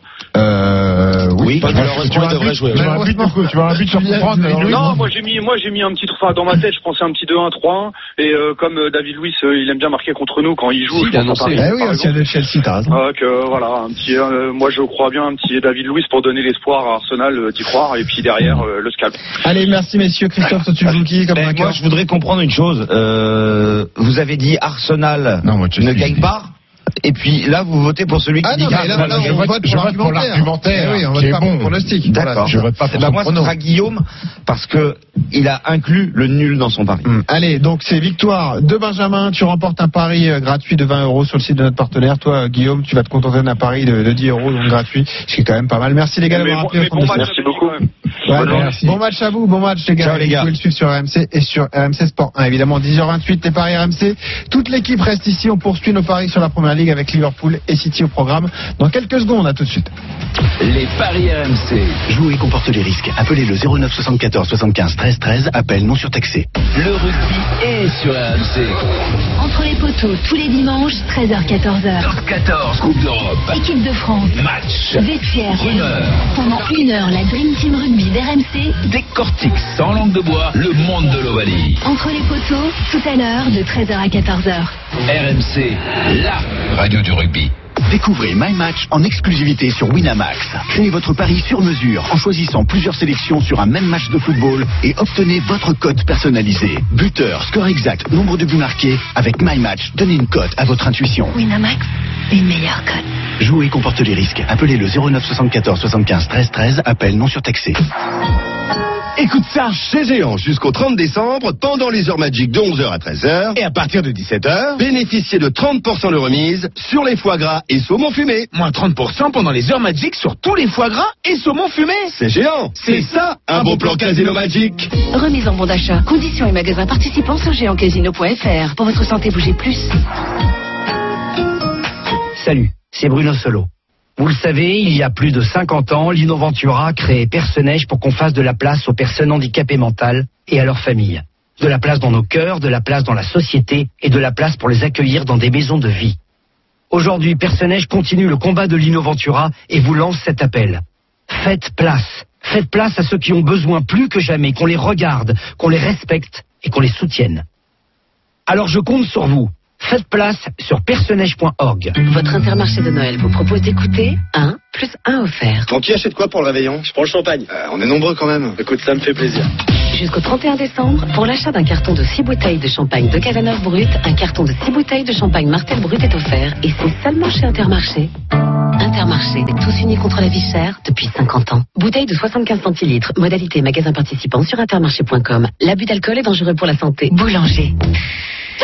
Euh, oui,
Parce que malheureusement,
tu vas
il devrait jouer.
Tu vas un but, sur- tu vas un but sur coup franc, alors,
Oui,
Non,
moi-
moi j'ai mis, moi j'ai mis un petit, enfin dans ma tête, je pensais un petit 2-1, 3-1. Et euh, comme euh, David Louis, euh, il aime bien marquer contre nous quand il joue.
Si,
je
il a
pense à
annoncé.
Paris,
Eh oui,
par
ancien
exemple.
de Chelsea, t'as raison.
Donc euh, voilà, un petit, euh, moi je crois bien un petit David Louis pour donner l'espoir à Arsenal euh, d'y croire et puis derrière euh, le scalp.
Allez, merci messieurs. Christophe, toi, tu joues qui
Mais
comme
ben, moi,
vainqueur
je voudrais comprendre une chose. Euh, vous avez dit Arsenal
Non, moi, Chelsea,
ne
je
gagne
dis.
pas. Et puis là, vous votez pour celui
Ah
qui
non,
dit
mais là,
gagne.
là,
je
on
vote-
vote
je
pour
vote pour
l'argumentaire.
l'argumentaire,
Eh oui, on
qui
vote
est
pas pour le
bon.
pronostic.
D'accord.
Voilà.
Je vote pas pour
Bah,
son
moi, ce
prono.
sera Guillaume parce que il a inclus le nul dans son pari.
Mm.
Hum, Allez, donc c'est victoire de Benjamin. Tu remportes un pari euh, gratuit de 20 euros sur le site de notre partenaire. Toi, euh, Guillaume, tu vas te contenter d'un pari de, de 10 euros, donc gratuit, ce qui est quand même pas mal. Merci les gars
Mais
d'avoir
bon,
appelé
mais
au
bon match,
32.
merci beaucoup.
Ouais,
Bonne
bon,
journée.
bon match à vous, bon match les gars.
Ciao, les gars.
Vous pouvez le suivre sur RMC et sur RMC Sport 1 évidemment 10h28 les paris RMC. Toute l'équipe reste ici, on poursuit nos paris sur la première ligue avec Liverpool et City au programme dans quelques secondes, à tout de suite.
Les paris RMC.
Jouer comporte les risques. Appelez le 09 74 75 13 13. Appel non surtaxé.
Le rugby est sur RMC.
Entre les poteaux, tous les dimanches, 13h-14h.
Top 14, Coupe d'Europe.
Équipe de France,
Match.
vestiaire.
Rumeur.
Pendant une heure, la Dream Team Rugby d'RMC,
Décortique sans langue de bois le monde de l'Ovalie.
entre les poteaux, tout à l'heure, de 13h à 14h.
RMC, la radio du rugby.
Découvrez My Match en exclusivité sur Winamax. Créez votre pari sur mesure en choisissant plusieurs sélections sur un même match de football et obtenez votre cote personnalisée. Buteur, score exact, nombre de buts marqués. Avec My Match, donnez une cote à votre intuition.
Winamax, les meilleurs codes.
Jouer comporte les risques. Appelez le 09 74 75 13 13. Appel non surtaxé.
Écoute ça chez Géant jusqu'au 30 décembre, pendant les heures magiques de 11h à 13h, et à partir de 17h, bénéficiez de 30% de remise sur les foie gras et saumon fumé. Moins 30% pendant les heures magiques sur tous les foie gras et saumon fumé. C'est Géant, c'est ça, un bon plan casino magique.
Remise en bon d'achat. Conditions et magasins participants sur géantcasino.fr. Pour votre santé, bougez plus.
Salut, c'est Bruno Solo. Vous le savez, il y a plus de 50 ans, Lino Ventura créé Personnage pour qu'on fasse de la place aux personnes handicapées mentales et à leurs familles. De la place dans nos cœurs, de la place dans la société et de la place pour les accueillir dans des maisons de vie. Aujourd'hui, Personnage continue le combat de Lino Ventura et vous lance cet appel. Faites place. Faites place à ceux qui ont besoin plus que jamais qu'on les regarde, qu'on les respecte et qu'on les soutienne. Alors je compte sur vous. Faites place sur personnage.org.
Votre intermarché de Noël vous propose d'écouter 1 plus 1 offert.
Quand tu achètes quoi pour le réveillon Je prends le champagne.
Euh,
on est nombreux quand même. Écoute, ça me fait plaisir.
Jusqu'au 31 décembre, pour l'achat d'un carton de 6 bouteilles de champagne de Casanov Brut, un carton de 6 bouteilles de champagne Martel Brut est offert et c'est seulement chez Intermarché. Intermarché, tous unis contre la vie chère depuis 50 ans. Bouteille de 75 centilitres, modalité magasin participant sur intermarché.com. L'abus d'alcool est dangereux pour la santé. Boulanger.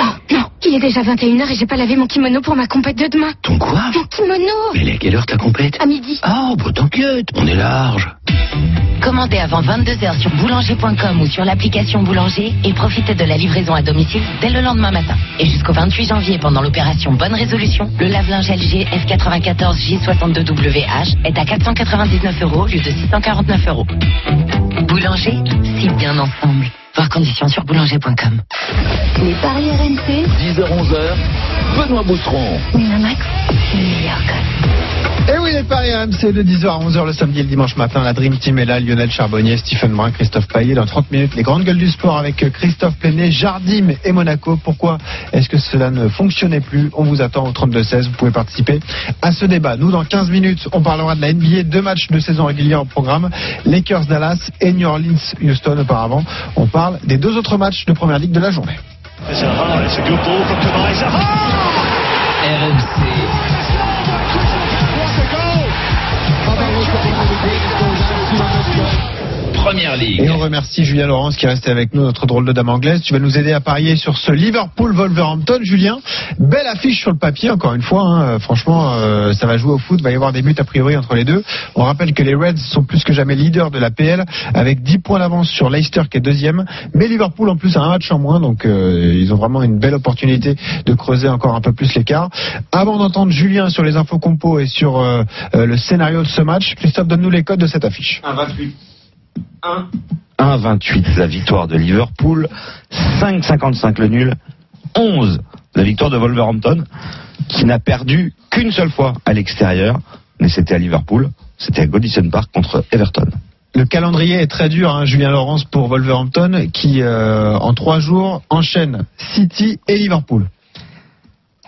Oh, non, il est déjà 21h et j'ai pas lavé mon kimono pour ma compète de demain.
Ton quoi
Mon kimono
Mais à quelle heure ta complète
À midi.
Ah, bah t'inquiète, on est large.
Commandez avant 22h sur boulanger.com ou sur l'application Boulanger et profitez de la livraison à domicile dès le lendemain matin. Et jusqu'au 28 janvier, pendant l'opération Bonne Résolution, le lave-linge LG F94J62WH est à 499 euros au lieu de 649 euros. Boulanger, si bien ensemble. Voir conditions sur boulanger.com. Les paris RMC,
10h-11h, Benoît Boutron.
Winamax, meilleur
Et Eh oui, les paris RMC de 10h à 11h le samedi et le dimanche matin. La Dream Team est là. Lionel Charbonnier, Stephen Brun, Christophe Payet. Dans 30 minutes, les grandes gueules du sport avec Christophe Plenet, Jardim et Monaco. Pourquoi est-ce que cela ne fonctionnait plus On vous attend au 32-16. Vous pouvez participer à ce débat. Nous, dans 15 minutes, on parlera de la NBA. Deux matchs de saison régulière au programme. Lakers Dallas et New Orleans Houston auparavant. On parle des deux autres matchs de première ligue de la journée.
RMC, Première Ligue.
Et on remercie Julien Laurence qui est resté avec nous, notre drôle de dame anglaise. Tu vas nous aider à parier sur ce Liverpool-Wolverhampton, Julien. Belle affiche sur le papier, encore une fois. hein. Franchement, euh, ça va jouer au foot. Il va y avoir des buts a priori entre les deux. On rappelle que les Reds sont plus que jamais leaders de la PL avec 10 points d'avance sur Leicester qui est deuxième. Mais Liverpool en plus a un match en moins, donc euh, ils ont vraiment une belle opportunité de creuser encore un peu plus l'écart. Avant d'entendre Julien sur les infos compos et sur euh, euh, le scénario de ce match, Christophe, donne-nous les codes de cette affiche.
1,28 la victoire de Liverpool, 5,55 le nul, 11 la victoire de Wolverhampton, qui n'a perdu qu'une seule fois à l'extérieur, mais c'était à Liverpool, c'était à Goodison Park contre Everton.
Le calendrier est très dur, hein, Julien Laurence, pour Wolverhampton, qui euh, en trois jours enchaîne City et Liverpool.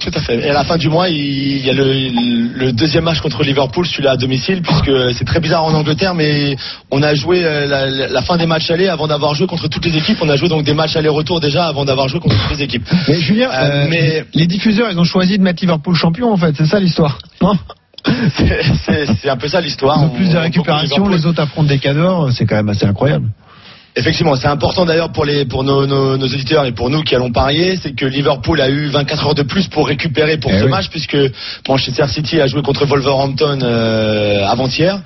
Tout à fait. Et à la fin du mois, il y a le, le deuxième match contre Liverpool, celui-là à domicile, puisque c'est très bizarre en Angleterre, mais on a joué euh, la, la- la fin des matchs aller avant d'avoir joué contre toutes les équipes. On a joué donc des matchs aller-retour déjà avant d'avoir joué contre toutes les équipes.
Mais Julien,
Euh,
euh,
mais-
les diffuseurs, ils ont choisi de mettre Liverpool champion, en fait, c'est ça l'histoire. Non
C'est- C'est c'est un peu ça l'histoire.
en plus
On-
des
on-
récupérations, les autres affrontent des cadors, c'est quand même assez incroyable.
Effectivement, c'est important d'ailleurs pour les pour nos, nos- nos auditeurs et pour nous qui allons parier, c'est que Liverpool a eu 24 heures de plus pour récupérer pour
Eh
ce
oui.
match puisque Manchester City a joué contre Wolverhampton euh, avant-hier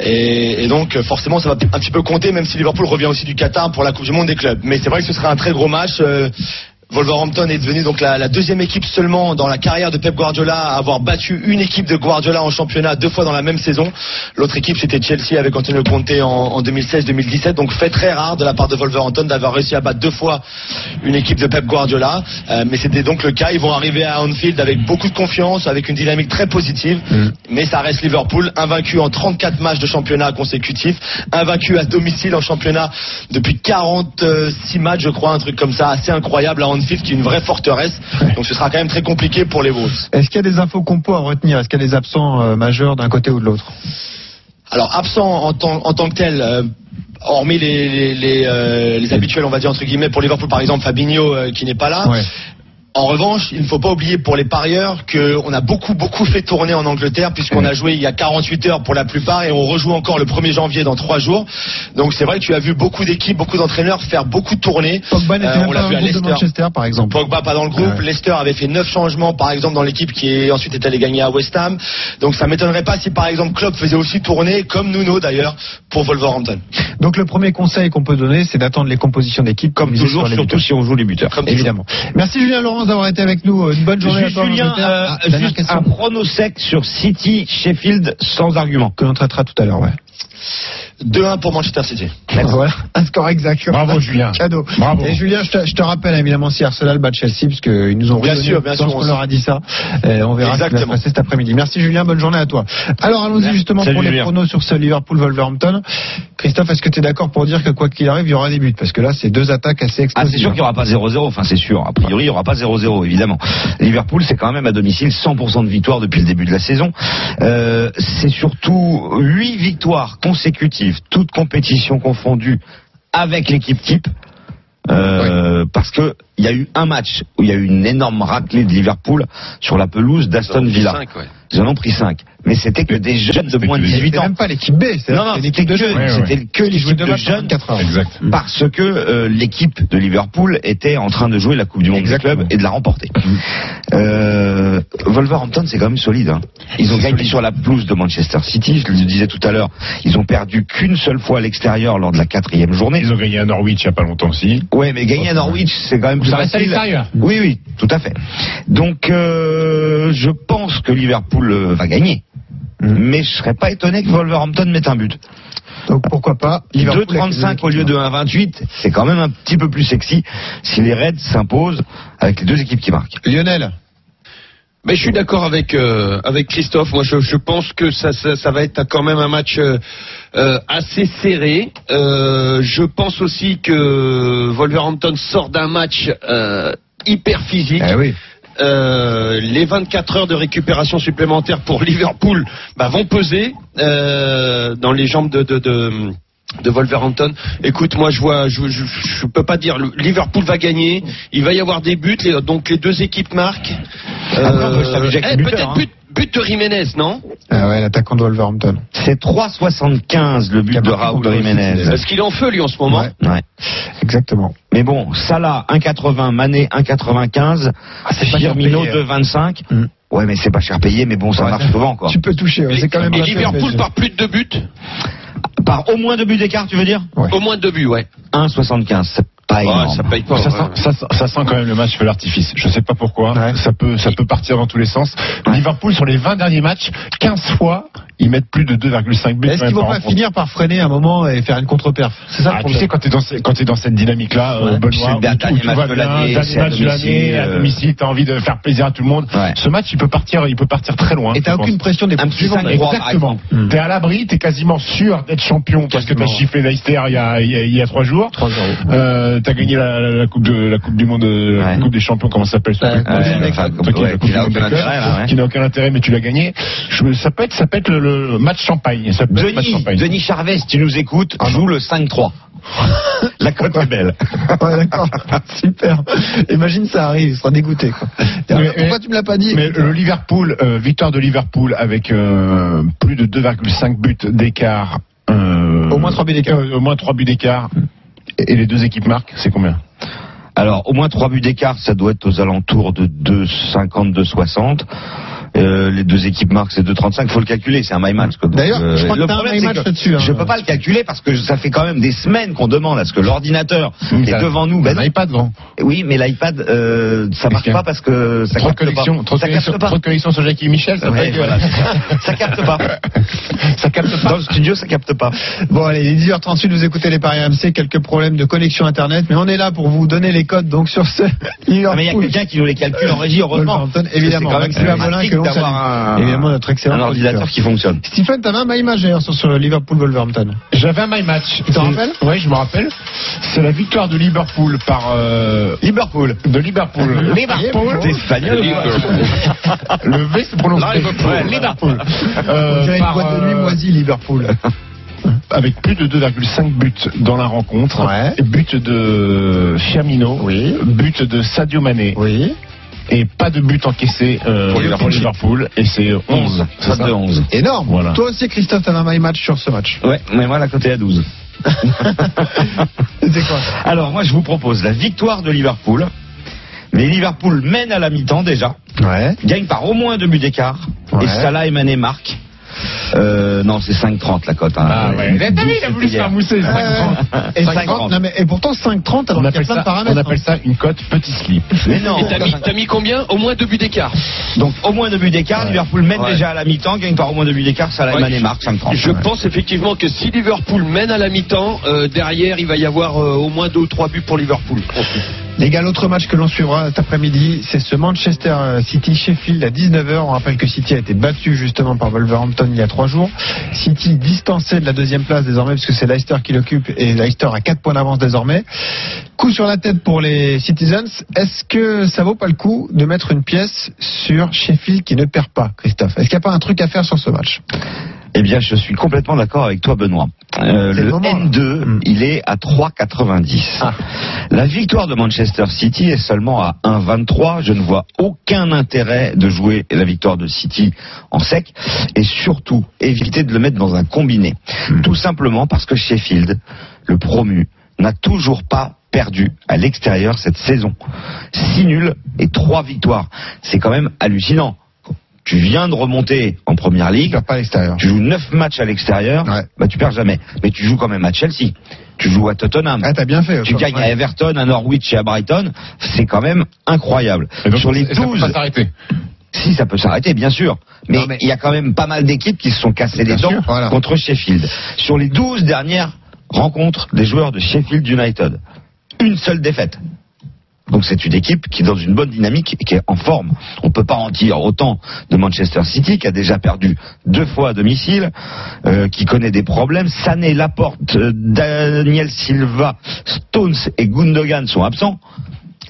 et, et donc euh, forcément ça va un petit peu compter même si Liverpool revient aussi du Qatar pour la Coupe du Monde des clubs. Mais c'est vrai que ce sera un très gros match. euh, Wolverhampton est devenu donc la, la deuxième équipe seulement dans la carrière de Pep Guardiola à avoir battu une équipe de Guardiola en championnat deux fois dans la même saison. L'autre équipe c'était Chelsea avec Antonio Conte en, en 2016-2017. Donc fait très rare de la part de Wolverhampton d'avoir réussi à battre deux fois une équipe de Pep Guardiola. Euh, mais c'était donc le cas. Ils vont arriver à Anfield avec beaucoup de confiance, avec une dynamique très positive. Mais ça reste Liverpool, invaincu en 34 matchs de championnat consécutifs, invaincu à domicile en championnat depuis 46 matchs, je crois, un truc comme ça, assez incroyable à Anfield, qui est une vraie forteresse. Donc ce sera quand même très compliqué pour les Wolves.
Est-ce qu'il y a des infos qu'on peut à retenir Est-ce qu'il y a des absents euh, majeurs d'un côté ou de l'autre
Alors absent en tant, en tant que tel. euh, Hormis les, les, les, euh, les habituels, on va dire entre guillemets, pour Liverpool par exemple, Fabinho euh, qui n'est pas là. En revanche, il ne faut pas oublier pour les parieurs qu'on a beaucoup beaucoup fait tourner en Angleterre puisqu'on a joué il y a 48 heures pour la plupart et on rejoue encore le 1er janvier dans trois jours. Donc c'est vrai que tu as vu beaucoup d'équipes, beaucoup d'entraîneurs faire beaucoup tourner.
Pogba n'était
Euh,
même
on
pas
l'a
dans
vu
le
à
groupe de
Leicester.
Manchester, par exemple.
Pogba pas dans le groupe. Leicester avait fait neuf changements, par exemple, dans l'équipe qui est ensuite est allée gagner à West Ham. Donc ça m'étonnerait pas si, par exemple, Klopp faisait aussi tourner, comme Nuno d'ailleurs, pour Wolverhampton.
Donc le premier conseil qu'on peut donner, c'est d'attendre les compositions d'équipe. Comme
toujours, surtout si on joue les buteurs.
Évidemment. Merci Julien Laurence d'avoir été avec nous. Une bonne journée
Juste,
à toi. en
Julien,
Angleterre.
euh,
Ah, dernière
juste
question.
un prono sec sur City, Sheffield, sans argument.
Que l'on traitera tout à l'heure, ouais.
2-1 pour Manchester City.
Voilà, un score exact.
Bravo, Julien.
Cadeau.
Bravo.
Et Julien, je te, je te rappelle évidemment si Arsenal bat Chelsea, parce qu'ils nous ont
Bien
redonné
sûr,
le
bien
temps
sûr,
qu'on
on
leur a dit ça. Et on verra ce qui va se
Exactement.
passer cet après-midi. Merci Julien, bonne journée à toi. Alors allons-y
Merci.
justement
Salut,
pour les
Julien.
pronos sur ce Liverpool-Wolverhampton. Christophe, est-ce que tu es d'accord pour dire que quoi qu'il arrive, il y aura des buts Parce que là, c'est deux attaques assez
Ah,
explosives.
c'est sûr qu'il n'y aura pas 0-0, enfin c'est sûr. A priori, il n'y aura pas 0-0, évidemment. Liverpool, c'est quand même à domicile 100% de victoire depuis le début de la saison. Euh, c'est surtout 8 victoires consécutives, toutes compétitions confondues, avec l'équipe type. Euh, Parce que il y a eu un match où il y a eu une énorme raclée de Liverpool sur la pelouse d'Aston Villa.
Cinq, ouais.
Ils en ont pris 5. Mais c'était que des jeunes de moins de
Et
18
C'est
ans.
même pas l'équipe B, c'est
Non, non,
l'équipe de
c'était
jeunes.
que- c'était que
Qui jouait
l'équipe
deux
de
matchs en
jeunes.
24 heures.
Exact.
parce que euh, l'équipe de Liverpool était en train de jouer la Coupe du Monde des clubs et de la remporter.
Mm.
Euh, Wolverhampton, c'est quand même solide. hein. Ils ont gagné sur la pelouse de Manchester City, je le disais tout à l'heure. Ils ont perdu qu'une seule fois à l'extérieur lors de la quatrième journée.
Ils ont gagné à Norwich il n'y a pas longtemps aussi.
Ouais, mais gagner à Norwich, c'est quand même plus
Ça reste à
facile.
l'extérieur.
Oui, oui, tout à fait. Donc, euh, je pense que Liverpool euh, va gagner.
Mhm.
Mais je serais pas étonné que Wolverhampton mette un but.
Donc pourquoi pas Liverpool avec les deux
2,35 au
équipes.
lieu de 1,28, c'est quand même un petit peu plus sexy si les Reds s'imposent avec les deux équipes qui marquent.
Lionel,
Mais je suis d'accord avec euh, avec Christophe. Moi, je, je pense que ça, ça ça va être quand même un match euh, euh, assez serré. Euh, je pense aussi que Wolverhampton sort d'un match euh, hyper physique. Euh, les 24 heures de récupération supplémentaire pour Liverpool bah, vont peser euh, dans les jambes de, de, de, de Wolverhampton. Écoute, moi je vois, je, je, je peux pas dire. Le- Liverpool va gagner. Il va y avoir des buts. les- donc les deux équipes marquent.
Après, on peut s'amuser avec les
eh,
buteurs,
peut-être
hein.
but, but de Jiménez, non
ah ouais, l'attaquant de Wolverhampton.
C'est 3,75 le but de Raúl Jiménez.
Parce qu'il est en feu lui en ce moment.
Ouais.
Ouais.
Exactement.
Mais bon, Salah 1,80, Mané 1,95,
Ah,
c'est pas cher
Firmino
payé, hein.
2,25.
Mm.
Ouais, mais c'est pas cher payé, mais bon, ça
Ouais,
marche souvent, quoi.
Tu peux toucher, ouais, c'est quand même
Et
pas cher,
Liverpool
mais-
par plus de deux buts,
Par au moins deux buts d'écart, tu veux dire
Ouais.
au moins deux buts, ouais.
1,75, c'est pas
Ouais,
énorme.
ça paye pas.
ça,
ouais.
sent, ça sent- ça sent quand même le match feu l'artifice. Je sais pas pourquoi.
Ouais.
Ça peut, ça peut partir dans tous les sens. Liverpool sur les 20 derniers matchs, 15 fois, ils mettent plus de 2,5 buts.
Est-ce
même
qu'ils vont
par
pas
rencontre.
finir par freiner un moment et faire une contre-perf C'est ça
Ah,
le
tu
problème.
sais, quand t'es dans, ce- quand t'es dans cette dynamique-là, euh,
Ouais.
Benoît,
Puis c'est le
où
dernier
tout- où tout
match
va
de
bien,
l'année,
dernier
c'est à
match de
domicile,
l'année, à
euh,
domicile, t'as envie de faire plaisir à tout le monde. Ce match, il peut partir, il peut partir très loin.
Et t'as
je
aucune
pense.
pression des
Un petit
poursuivants,
5-3, Exactement.
par
Hmm.
exemple.
T'es à l'abri, t'es quasiment sûr d'être champion parce que t'as chiffré Leicester il y a, il y a, il y a trois jours. Euh, t'as gagné la, la- la coupe de, la coupe du monde, euh, la coupe des champions, comment ça s'appelle? ce truc
ouais,
Toi,
enfin,
qui-
ouais,
la coupe
qui
du
n'a
monde
aucun
des clubs,
intérêt, là, ouais.
Qui n'a aucun intérêt, mais tu l'as gagné. Je- ça peut être, ça peut être le, le match champagne. Ça peut être le match
Denis,
champagne. Ah
Denis Charvet, si tu nous écoutes, joue le 5-3. La cote est belle.
Ouais, d'accord. Super. Imagine ça arrive, il sera dégoûté. Quoi.
Mais-
Pourquoi tu me l'as pas dit
Mais le Liverpool, euh, victoire de Liverpool avec euh, plus de 2,5 buts d'écart. euh,
Au moins trois buts d'écart.
euh, au moins 3 buts d'écart. Et et les deux équipes marquent, c'est combien
Alors, au moins 3 buts d'écart, ça doit être aux alentours de 2,50, 2,60. Euh, les deux équipes marquent, c'est 2,35. Il faut le calculer, c'est un my match. quoi. Donc,
D'ailleurs,
euh,
je crois que
le
t'as un
problème,
my
c'est
match
que
là-dessus, hein.
Je peux pas le calculer parce que ça fait quand même des semaines qu'on demande à ce que l'ordinateur
Mmh,
qui
t'as-
est devant nous.
t'as
bah
Ben non.
un iPad devant.
oui, mais l'iPad, euh, ça marche
Ok.
pas parce que Euh, ça
Trop de
capte
connexions
pas.
trop de
ça capte
connexions-
pas.
trop de connexions sur Jackie et Michel, ça
Ouais,
fait que-
voilà, c'est ça. ça capte pas.
Ça capte pas.
Dans le studio, ça capte pas.
Bon allez, il est 10h38, vous écoutez les Paris RMC, quelques problèmes de connexion Internet, mais on est là pour vous donner les codes donc sur ce
Ah, mais il y a quelqu'un qui nous les calcule en régie, heureusement.
Wolverhampton, évidemment.
C'est quand même
Maxime Amelin,
pratique
que l'on
d'avoir
salue.
un-
Évidemment, notre excellent
un ordinateur
producteur.
qui fonctionne.
Stephen, t'as même un image d'ailleurs sur, sur Liverpool-Wolverhampton.
J'avais un my match.
Tu t'en rappelles
Oui, je me rappelle. C'est la victoire de Liverpool par. euh,
Liverpool.
de Liverpool.
Liverpool. T'es espagnol.
Le V se prononce.
Liverpool.
Ouais, Liverpool. Euh,
On dirait une
par,
boîte de nuit
euh,
moisie, Liverpool.
avec plus de 2,5 buts dans la rencontre.
Ouais.
But de Chamino.
Oui.
But de Sadio Mané.
Oui.
Et pas de but encaissé euh,
Pour Liverpool.
pour Liverpool. Et c'est 11. c'est
Ça
ça
de 11.
Énorme.
Voilà.
Toi aussi, Christophe, t'as un my match sur ce match.
Ouais, mais moi, la cote est à 12.
C'était quoi
Alors, moi, je vous propose la victoire de Liverpool. Mais Liverpool mène à la mi-temps déjà,
Ouais.
gagne par au moins deux buts d'écart.
Ouais.
Et Salah et Mané marquent. Euh, non, c'est 5,30 la cote. hein.
Ah ouais. Il a- t'as vu, il a voulu se faire mousser.
Et,
5,30.
50, non, mais- et pourtant 5-30, alors
On
qu'il y a
appelle,
plein de
ça,
paramètres.
on appelle ça une cote petit slip.
Mais non.
Et t'as mis, t'as mis combien Au moins deux buts d'écart.
Donc au moins deux buts d'écart, Liverpool mène déjà à la mi-temps, gagne par au moins deux buts d'écart, Salah
Ouais,
et Mané
je-
marquent 5,30.
Je pense effectivement que si Liverpool mène à la mi-temps, euh, derrière il va y avoir euh, au moins deux ou trois buts pour Liverpool.
Les gars, l'autre match que l'on suivra cet après-midi, c'est ce Manchester euh, City Sheffield à 19h. On rappelle que City a été battu justement par Wolverhampton il y a trois jours. City distancé de la deuxième place désormais puisque c'est Leicester qui l'occupe et Leicester a quatre points d'avance désormais. Coup sur la tête pour les Citizens. Est-ce que ça vaut pas le coup de mettre une pièce sur Sheffield qui ne perd pas, Christophe Est-ce qu'il n'y a pas un truc à faire sur ce match
Eh bien, je suis complètement d'accord avec toi, Benoît. Euh,
C'est le
le
moment, là.
N2,
Mm.
il est à 3,90.
Ah.
La victoire de Manchester City est seulement à 1,23. Je ne vois aucun intérêt de jouer la victoire de City en sec et surtout éviter de le mettre dans un combiné.
Mm.
Tout simplement parce que Sheffield, le promu, n'a toujours pas perdu à l'extérieur cette saison. Six nuls et trois victoires. C'est quand même hallucinant. Tu viens de remonter en première
Il ne
ligue.
perd pas à l'extérieur.
Tu joues 9 matchs à l'extérieur,
Ouais.
bah tu perds jamais. Mais tu joues quand même à Chelsea, tu joues à Tottenham,
Ah, t'as bien fait.
tu
Oshon.
gagnes
Ouais.
à Everton, à Norwich et à Brighton, c'est quand même incroyable.
Et donc,
Sur les
ça peut
12,
pas s'arrêter.
si ça peut s'arrêter, bien sûr, mais
Non,
il y a quand même pas mal d'équipes qui se sont cassées les dents
sûr, voilà.
contre Sheffield. Sur les 12 dernières rencontres des joueurs de Sheffield United, une seule défaite. Donc c'est une équipe qui est dans une bonne dynamique et qui est en forme. On ne peut pas en dire autant de Manchester City qui a déjà perdu deux fois à domicile, euh, qui connaît des problèmes. Sané, Laporte, euh, Daniel Silva, Stones et Gundogan sont absents.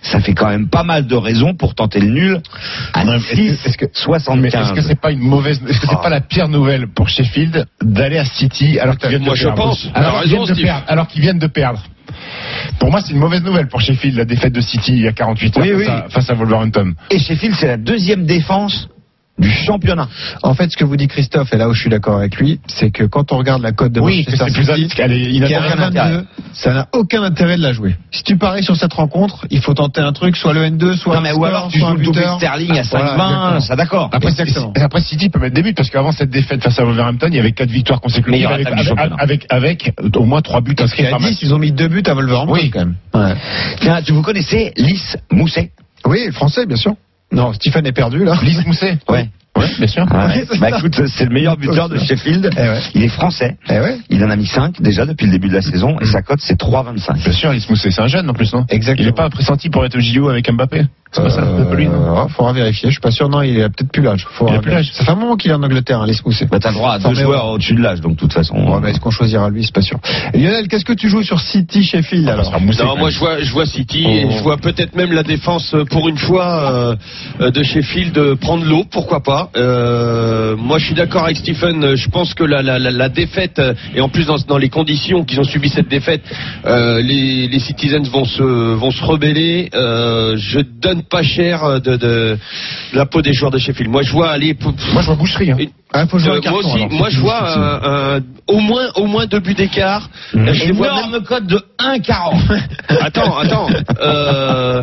Ça fait quand même pas mal de raisons pour tenter le nul à
Ouais, mais est-ce que-
6,
est-ce que- Mais est-ce que
75.
c'est pas une mauvaise, est-ce que c'est
Ah.
pas la pire nouvelle pour Sheffield d'aller à City alors qu'ils viennent
Moi,
de
je
perdre
pense.
Alors
T'as
qu'ils
raison,
viennent de
Steve.
perdre. Alors qu'ils viennent de perdre. Pour moi, c'est une mauvaise nouvelle pour Sheffield, la défaite de City il y a 48 heures
Oui,
face,
oui.
À, face à Wolverhampton.
Et Sheffield, c'est la deuxième défense du championnat.
En fait, ce que vous dit Christophe, et là où je suis d'accord avec lui, c'est que quand on regarde la cote de
oui, que
Manchester
c'est plus
City,
à- qu'elle est
qui est
inattendue.
à
aucun
22,
intérêt.
ça n'a aucun intérêt de la jouer. Si tu paries sur cette rencontre, il faut tenter un truc, soit le N2, soit
Non,
un
mais ou
score,
alors tu
soit
joues
un
le doublé
buteur.
Sterling à 5,20,
Voilà, exactement.
ça d'accord.
Après, c'est-
Exactement.
et après, City peut mettre des buts parce qu'avant cette défaite face à Wolverhampton, il y avait quatre victoires
Mais il y
consécutives
aura
avec,
attaque du
avec,
championnat.
avec, avec au moins trois buts
Parce
inscrits
qu'à
par match.
10, ils ont mis deux buts à Wolverhampton
Oui.
quand même.
Tiens, tu vous connaissez Lys Mousset
Oui, français, bien sûr. Non, Stephen est perdu là.
Lise Mousset.
Ouais.
Oui, bien sûr.
Ouais. Bah écoute, c'est le meilleur buteur de Sheffield.
Eh
Il est français. Il en a mis 5 déjà depuis le début de la saison et sa cote c'est 3,25.
Bien sûr, il se mousse, c'est un jeune en plus, non Exactement. Il n'est pas pressenti pour être au JO avec Mbappé C'est pas ça un peu lui, non
Euh,
Il faudra vérifier. Je suis pas sûr. Non, il a peut-être plus l'âge. Faudra-
Il a plus l'âge.
Ça fait un moment qu'il est en Angleterre, hein, laisse mousser.
Bah t'as droit à
Non,
deux
mais
joueurs
ouais.
au-dessus de l'âge donc de toute façon. euh.
Ouais, mais est-ce qu'on choisira lui C'est pas sûr. Et Lionel, qu'est-ce que tu joues sur City
Ah, bah,
Sheffield alors
Non, moi je vois, je vois City et
Oh.
je vois peut-être même la défense euh, pour une fois euh, euh, de Sheffield euh, prendre l'eau, pourquoi pas. Euh, moi je suis d'accord avec Stephen, euh, je pense que la, la, la, la défaite, euh, et en plus dans, dans les conditions qu'ils ont subi cette défaite, euh, les, les Citizens vont se, vont se rebeller. Euh, je donne pas cher euh, de, de, de la peau des joueurs de Sheffield. Moi je vois aller.
Moi je vois boucherie.
Une-
Ah, faut jouer
Euh,
un carton,
moi aussi,
alors,
moi
c'est Mm.
je
plus
vois
difficile.
euh, un- au moins au moins deux buts d'écart. Euh, Je les vois même-
Énorme cote de 1,40.
Attends, attends. Euh,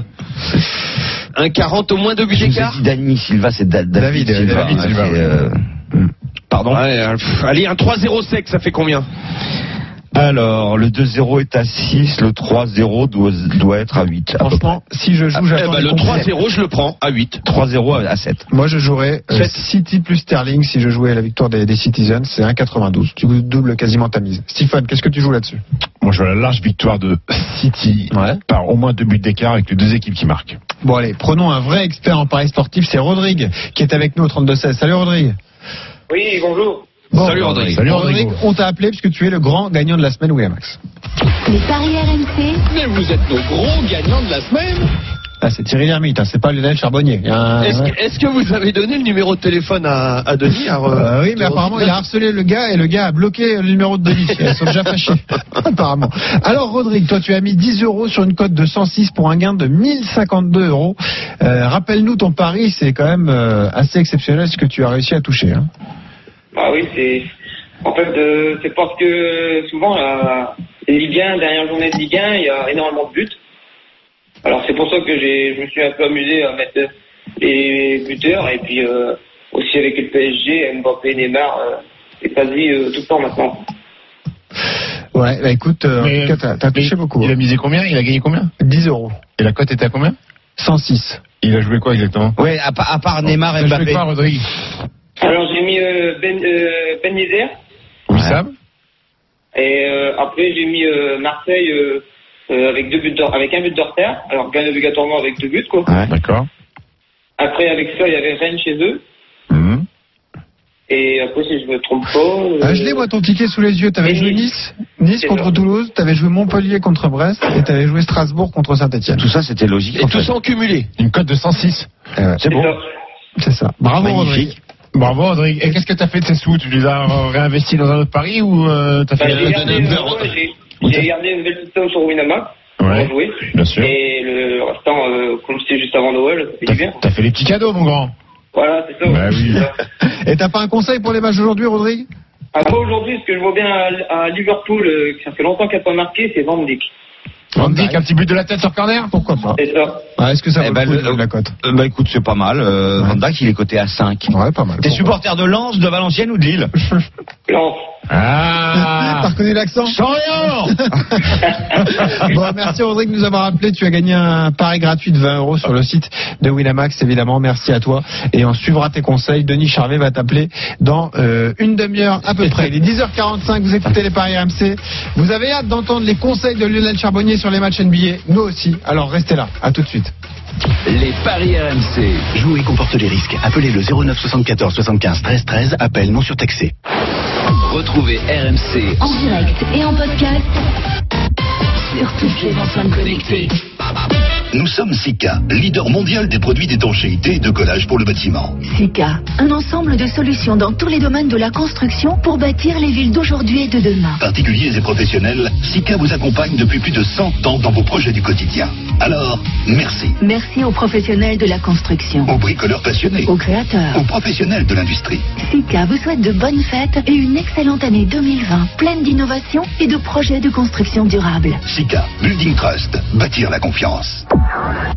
un 40 au moins de buts
Je vous ai
d'écart
dit Dani Silva, c'est Da- David,
David,
Silva.
David
hein,
Silva,
c'est,
oui.
euh, Pardon
Ouais, euh, pff, allez, un 3-0 sec, ça fait combien
Alors, le 2-0 est à 6, le 3-0 doit, doit être à 8.
Franchement, si je joue,
Eh
j'attends
ben,
les
Le
comptes.
3-0, je le prends à 8.
3-0 à- à 7.
Moi, je jouerais euh,
Sept.
City plus Sterling si je jouais à la victoire des, des Citizens. C'est 1,92. Tu doubles quasiment ta mise. Stéphane, qu'est-ce que tu joues là-dessus
Moi je vois la large victoire de City par au moins deux buts d'écart avec les deux équipes qui marquent.
Bon, allez, prenons un vrai expert en paris sportif. C'est Rodrigue qui est avec nous au 32-16. Salut, Rodrigue.
Oui, bonjour.
Bon,
Salut, Rodrigue.
Salut,
Rodrigue,
Rodrigo.
on t'a appelé puisque tu es le grand gagnant de la semaine Winamax.
Les paris RMC,
Mais vous êtes nos gros gagnants de la semaine.
Ah, c'est Thierry Lhermitte, hein, c'est pas Lionel Charbonnier. Il y a un-
Ah
Est-ce que, est-ce que vous avez donné le numéro de téléphone à, à Denis à re-
Euh, oui, mais apparemment, il a harcelé le gars et le gars a bloqué le numéro de Denis. Ils sont déjà fâchés, apparemment. Alors, Rodrigue, toi, tu as mis 10 euros sur une cote de 106 pour un gain de 1052 euros. Euh, Rappelle-nous ton pari, c'est quand même euh, assez exceptionnel ce que tu as réussi à toucher. hein.
Bah oui, c'est. En fait, euh, c'est parce que souvent, la Ligue 1, dernière journée de Ligue 1, il y a énormément de buts. Alors, c'est pour ça que j'ai, je me suis un peu amusé à mettre les buteurs et puis euh, aussi avec le PSG, Mbappé, Neymar, euh, et quasi euh, tout le temps maintenant.
Ouais, bah écoute, euh, en tout cas, t'as- t'as touché
mais
beaucoup.
Il a
hein.
misé combien Il a gagné combien
10 euros.
Et la cote était à combien
106.
Il a joué quoi exactement
Ouais, à, pa- à part Neymar et
Il a joué
Mbappé.
quoi, Rodrigue
Alors, j'ai mis euh, Ben, euh, Ben Yedder,
Wissam
et euh, après, j'ai mis euh, Marseille euh, euh, avec, deux buts de- avec un but de retard. Alors, gagne obligatoirement avec deux buts, quoi.
Ouais.
D'accord.
Après, avec ça, il y avait Rennes chez eux.
Mhm.
Et après, si je me trompe pas. euh,
Ah, je l'ai, moi, ton ticket sous les yeux. T'avais
Et
joué Nice,
Nice.
Nice
C'est
contre
vrai.
Toulouse, t'avais joué Montpellier contre Brest et t'avais joué Strasbourg contre Saint-Etienne.
Tout ça, c'était logique.
Et
en
tout
fait.
ça en cumulé.
Une cote de 106.
C'est
c'est
bon.
ça.
Eh C'est ça. Bravo, Rodrigue.
Magnifique.
Bravo Rodrigue. Et qu'est-ce que t'as fait de ces sous Tu les as euh, réinvestis dans un autre pari ou euh, t'as
Bah,
fait
j'ai gardé,
une
euh,
heure.
ouais, j'ai- j'ai gardé une belle petite somme sur Winamax pour
Ouais,
en jouer.
bien sûr.
Et le restant, euh, comme c'était juste avant Noël, c'est
T'as
bien.
t'as fait les petits cadeaux, mon grand.
Voilà, c'est ça.
Bah oui.
Et t'as pas un conseil pour les matchs d'aujourd'hui, Rodrigue
Après, aujourd'hui, ce que je vois bien à, à Liverpool, euh, que ça fait longtemps qu'elle n'a pas marqué, c'est Van Dijk.
On dit qu'un petit but de la tête sur corner
Pourquoi pas
C'est ça.
Ah, Est-ce que ça
Eh
vaut
ben,
le coup de
le-
jouer la cote
Euh, bah écoute, c'est pas mal. Euh,
Ouais.
Van Dijk, il est coté à 5.
Ouais, pas mal.
T'es
Pourquoi
supporter de Lens, de Valenciennes ou de Lille
Lance.
T'as
Ah
reconnu l'accent
Chorian
Bon, merci Rodrigue de nous avoir appelé. Tu as gagné un pari gratuit de 20 euros sur le site de Winamax, évidemment. Merci à toi. Et on suivra tes conseils. Denis Charvet va t'appeler dans euh, une demi-heure à peu près. Il est 10h45, vous écoutez les paris RMC. Vous avez hâte d'entendre les conseils de Lionel Charbonnier sur les matchs NBA. Nous aussi. Alors restez là. À tout de suite.
Les paris RMC.
Jouer comporte les risques. Appelez le 09 74 75 13 13. Appel non surtaxé.
Retrouvez RMC
en direct et en podcast, sur toutes les enceintes connectées.
Nous sommes Sika, leader mondial des produits d'étanchéité et de collage pour le bâtiment.
SICA, un ensemble de solutions dans tous les domaines de la construction pour bâtir les villes d'aujourd'hui et de demain.
Particuliers et professionnels, Sika vous accompagne depuis plus de 100 ans dans vos projets du quotidien. Alors, merci
Merci aux professionnels de la construction,
aux bricoleurs passionnés,
aux créateurs.
aux professionnels de l'industrie.
SICA vous souhaite de bonnes fêtes et une excellente année 2020, pleine d'innovations et de projets de construction durable.
Sika, Building Trust, bâtir la confiance.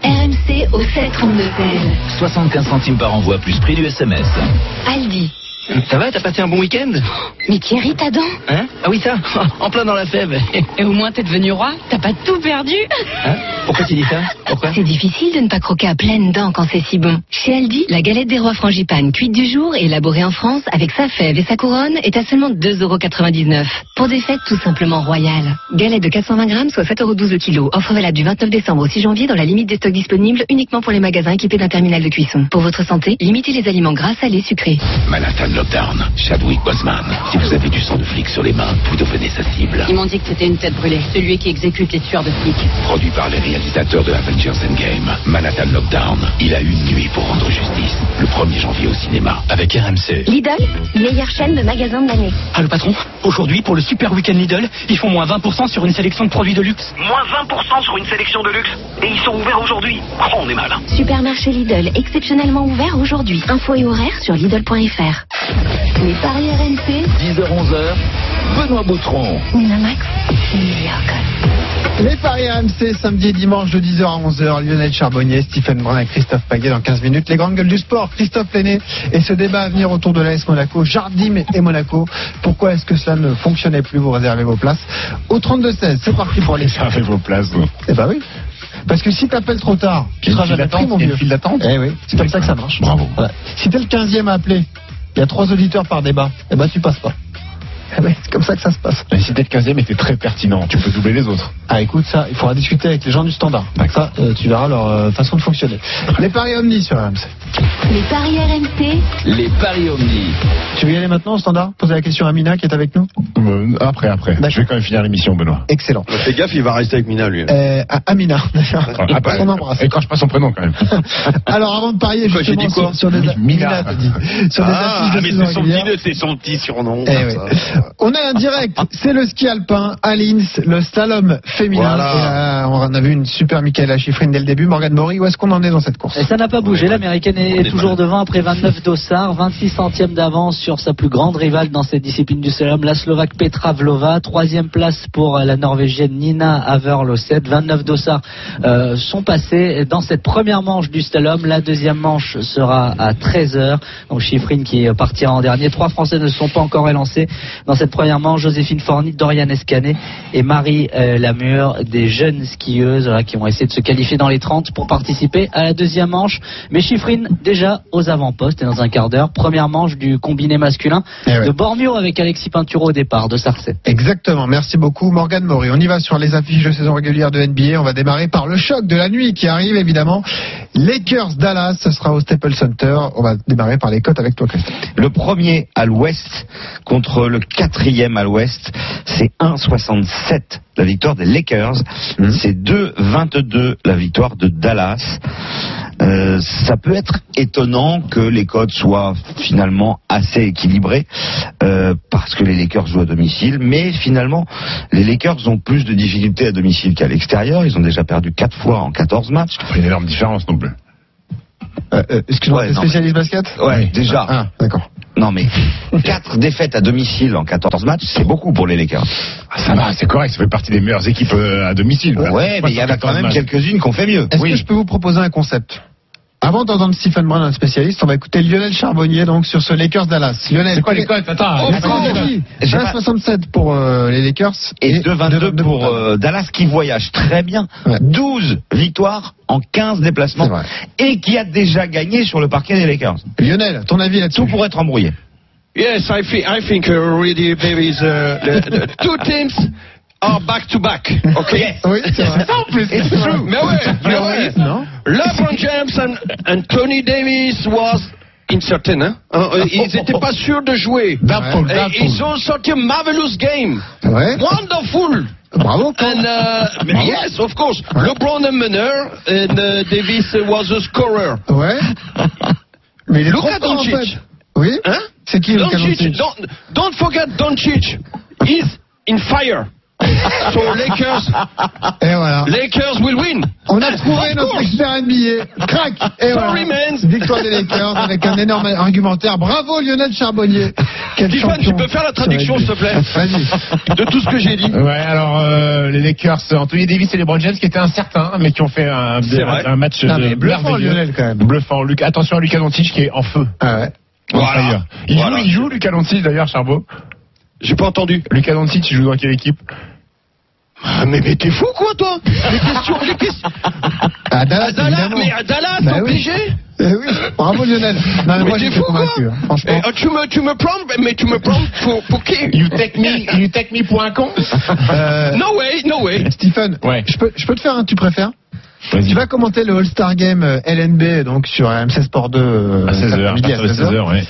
RMC au 732 TL.
75 centimes par envoi plus prix du SMS.
Aldi,
Ça va, t'as passé un bon week-end
Mais Thierry, t'as dent
Hein Ah oui, ça En plein dans la fève.
Et au moins, t'es devenu roi, t'as pas tout perdu
Hein
Pourquoi tu dis ça Pourquoi
C'est difficile de ne pas croquer à pleines dents quand c'est si bon. Chez Aldi, la galette des rois frangipane cuite du jour et élaborée en France avec sa fève et sa couronne est à seulement 2,99€. Pour des fêtes tout simplement royales. Galette de 420 grammes, soit 7,12€ le kilo. Offre valable du 29 décembre au 6 janvier dans la limite des stocks disponibles uniquement pour les magasins équipés d'un terminal de cuisson. Pour votre santé, limitez les aliments gras, salés, sucrés.
Manhattan Lockdown, Chadwick Boseman. Si vous avez du sang de flic sur les mains, vous devenez sa cible.
Ils m'ont dit que c'était une tête brûlée, celui qui exécute les tueurs de flics.
Produit par les réalisateurs de Avengers Endgame, Manhattan Lockdown, il a une nuit pour rendre justice. Le 1er janvier au cinéma, avec RMC.
Lidl, meilleure chaîne de magasins de l'année.
Ah, le patron Aujourd'hui, pour le super week-end Lidl, ils font moins 20% sur une sélection de produits de luxe.
Moins 20% sur une sélection de luxe. Et ils sont ouverts aujourd'hui. Oh, on est mal.
Supermarché Lidl, exceptionnellement ouvert aujourd'hui. Infos et horaires sur Lidl.fr. Les paris RMC,
10h-11h, Benoît Boutron.
Winamax, médiocre.
Les Paris AMC, samedi et dimanche de 10h à 11h, Lionel Charbonnier, Stephen Brun et Christophe Paguet dans 15 minutes. Les grandes gueules du sport, Christophe Lenné et ce débat à venir autour de l'AS Monaco, Jardim et Monaco. Pourquoi est-ce que cela ne fonctionnait plus Vous réservez vos places au 32-16. C'est parti pour les...
Réservez vos places.
Eh bah oui. Parce que si t'appelles trop tard, tu
Il y a
seras
une file
jamais pris,
d'attente,
mon
il y a
vieux.
une file d'attente.
Eh oui, c'est comme ça que ça marche.
Bravo.
Voilà. Si t'es le 15e à appeler, il y a trois auditeurs par débat, eh ben tu passes pas. Eh ben, c'est comme ça que ça se passe.
Mais si t'es le 15 e et t'es très pertinent, tu peux doubler les autres.
Ah écoute ça, il faudra discuter avec les gens du standard. Ça, euh, tu verras leur euh, façon de fonctionner. Les paris omnis sur RMC.
Les paris RMC,
Les paris omnis. Tu veux y aller maintenant au standard Poser la question à Mina qui est avec nous
Euh, après, après. Je vais quand même finir l'émission, Benoît.
Excellent.
Fais gaffe, il va rester avec Mina, lui.
Euh, à Amina, d'ailleurs.
Ah, bah,
On embrasse.
Et quand je passe son prénom, quand même.
Alors avant de parier,
Quoi, j'ai
justement,
dit quoi
sur, sur des, Mina, t'as dit. Sur des
Ah,
affiches de
mais
saison
c'est son
régulière.
petit, c'est son petit surnom.
Eh
comme
oui.
ça.
On a un direct, c'est le ski alpin à Linz, le slalom féminin.
Voilà.
Et là, on a vu une super Michaela Schifrin dès le début. Morgane Maury, où est-ce qu'on en est dans cette course
Et ça n'a pas bougé. L'américaine est, toujours devant après 29 dossards, 26 centièmes d'avance sur sa plus grande rivale dans cette discipline du slalom, la Slovaque Petra Vlova. Troisième place pour la Norvégienne Nina Haverlosset. 29 dossards euh, sont passés dans cette première manche du slalom. La deuxième manche sera à 13h. Donc Chiffrine qui partira en dernier. Trois Français ne se sont pas encore relancés dans cette première manche. Joséphine Forny, Dorian Escanet et Marie euh, Lamure, des jeunes skieuses voilà, qui vont essayer de se qualifier dans les 30 pour participer à la deuxième manche. Mais Chiffrine déjà aux avant-postes et dans un quart d'heure. Première manche du combiné masculin de Bormio avec Alexis Pinturo au départ de Sarcey.
Exactement, merci beaucoup Morgane Maury. On y va sur les affiches de saison régulière de NBA. On va démarrer par le choc de la nuit qui arrive évidemment. Lakers Dallas, ce sera au Staples Center. On va démarrer par les cotes avec toi Christophe.
Le premier à l'ouest contre le quatrième à l'ouest, c'est 1,67 la victoire des Lakers.
Mhm.
C'est 2,22 la victoire de Dallas. Euh, ça peut être étonnant que les codes soient finalement assez équilibrés euh, parce que les Lakers jouent à domicile, mais finalement les Lakers ont plus de difficultés à domicile qu'à l'extérieur. Ils ont déjà perdu quatre fois en 14 matchs.
Une énorme différence non plus.
Excuse-moi, t'es spécialiste basket Ah,
Ouais, déjà.
d'accord.
Non, mais 4 défaites à domicile en 14 matchs, c'est beaucoup pour les Lakers.
Ah, ça va, c'est correct, ça fait partie des meilleures équipes euh, à domicile.
Ouais, mais il y en a quand même quelques-unes qu'on fait mieux.
Est-ce que je peux vous proposer un concept Avant d'entendre Stephen Brown, un spécialiste, on va écouter Lionel Charbonnier donc sur ce Lakers Dallas. Lionel,
C'est quoi les cotes Attends,
Oh,
il y a
Franck,
combien de-
oui.
J'ai pas-
1,67 pour euh, les Lakers
Et 2-22 pour euh, Dallas qui voyage très bien. 12 victoires en 15 déplacements. Et qui a déjà gagné sur le parquet des Lakers.
Lionel, ton avis là-dessus
Tout pour être embrouillé.
Yes, I think I think uh, really, baby, is, uh, the, the two teams are back to back. Okay.
Oui, c'est vrai.
ça en plus. It's true. Mais ouais, mais ouais.
Non
uh, LeBron James and, and Tony Davis was incertain. Hein? Hein, euh, ils n'étaient pas sûrs de jouer.
Doubtful,
Et
doubtful.
Ils ont sorti un marvelous game.
Ouais.
Wonderful.
Bravo.
And uh, yes, of course. LeBron a meneur and uh, Davis was a scorer.
Ouais. Mais il est trop
Luka
fort en
Doncic.
fait. Oui.
Hein?
C'est qui Luka
Doncic?
Doncic
Don't, don't forget Doncic. He's in fire. so Lakers,
Et voilà.
Lakers will win.
On a trouvé
Of
notre
Ah, course.
expert NBA. Crac Et
Sorry,
voilà.
man.
Victoire des Lakers avec un énorme argumentaire. Bravo Lionel Charbonnier. Quel
Stéphane, tu
champion.
peux faire la traduction,
Sur
s'il te plaît,
Vas-y.
de tout ce que j'ai dit.
Ouais, alors euh, les Lakers, Anthony Davis et LeBron James qui étaient incertains, hein, mais qui ont fait un,
C'est vrai.
un match
Non,
de
mais bluffant,
merveilleux.
Lionel, quand même.
Bluffant. Luc, attention à Lucas Doncic qui est en feu.
Ah ouais.
Voilà. Il, joue, il joue Lucas Doncic d'ailleurs, Charbot J'ai pas entendu. Lucas Doncic, il joue dans quelle équipe
Ah,
mais, mais t'es fou quoi toi
Les questions, les questions.
À Dallas,
À Dallas,
évidemment.
mais à Dallas,
Bah
t'es
oui.
obligé
Eh oui. Bravo Lionel. Non, mais
Mais
moi
t'es
j'étais
fou, quoi.
convaincu. hein, Franchement.
Eh, tu me, tu me prends, mais tu me prends pour, pour qui You take me, you take me pour un con
Euh,
No way, no way.
Stephen, je, peux, je peux te faire un tu préfères tu vas commenter le All-Star Game euh, LNB donc sur RMC Sport 2 euh,
À 16
cet
heures, à
après-midi,
partir de 16 heures, ouais.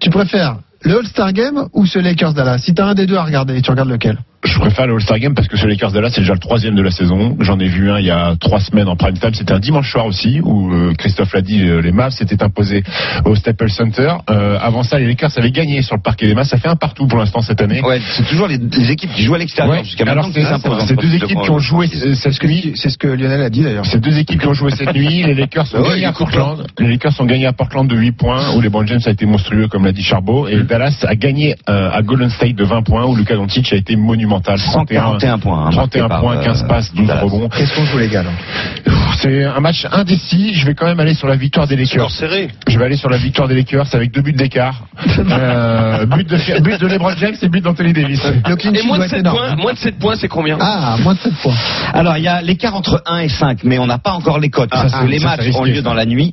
Tu préfères le All-Star Game ou ce Lakers Dallas Si t'as un des deux à regarder, tu regardes lequel
Je préfère le All-Star Game parce que ce Lakers Dallas, c'est déjà le troisième de la saison. J'en ai vu un il y a trois semaines en prime time. C'était un dimanche soir aussi où euh, Christophe l'a dit, euh, les Mavs s'étaient imposés au Staples Center. Euh, avant ça, les Lakers avaient gagné sur le parquet des Mavs. Ça fait un partout pour l'instant cette année.
Ouais, c'est toujours les, les équipes qui jouent à l'extérieur
Ouais.
jusqu'à
Alors,
maintenant.
c'est- c'est deux équipes qui ont joué euh, cette nuit.
C'est ce que Lionel a dit d'ailleurs. Ah
C'est deux équipes qui ont joué cette nuit. Les Lakers ont
Ouais,
gagné
il
à
est content.
hein.
Portland. Les Lakers ont gagné à Portland de 8 points où les James a été monstrueux comme l'a dit Charbot
Hmm.
et Dallas a gagné euh, à Golden State de 20 points où Luka Doncic a été monumental.
141 points, hein, marqué
31
par,
points,
euh,
15 passes, 12 rebonds.
Qu'est-ce qu'on joue les gars là
C'est un match indécis. Je vais quand même aller sur la victoire des Lakers. Je vais aller sur la victoire des Lakers avec deux buts d'écart. Euh, but, de, but de LeBron James et but d'Anthony Davis.
Euh,
Et moins de 7
hein.
points,
hein.
moins de 7 points, c'est combien
Ah, moins de 7 points.
Alors, il y a l'écart entre 1 et 5, mais on n'a pas encore les cotes,
Ah,
parce
ah,
que les
ça,
matchs
c'est risqué,
ont lieu
ça.
dans la nuit.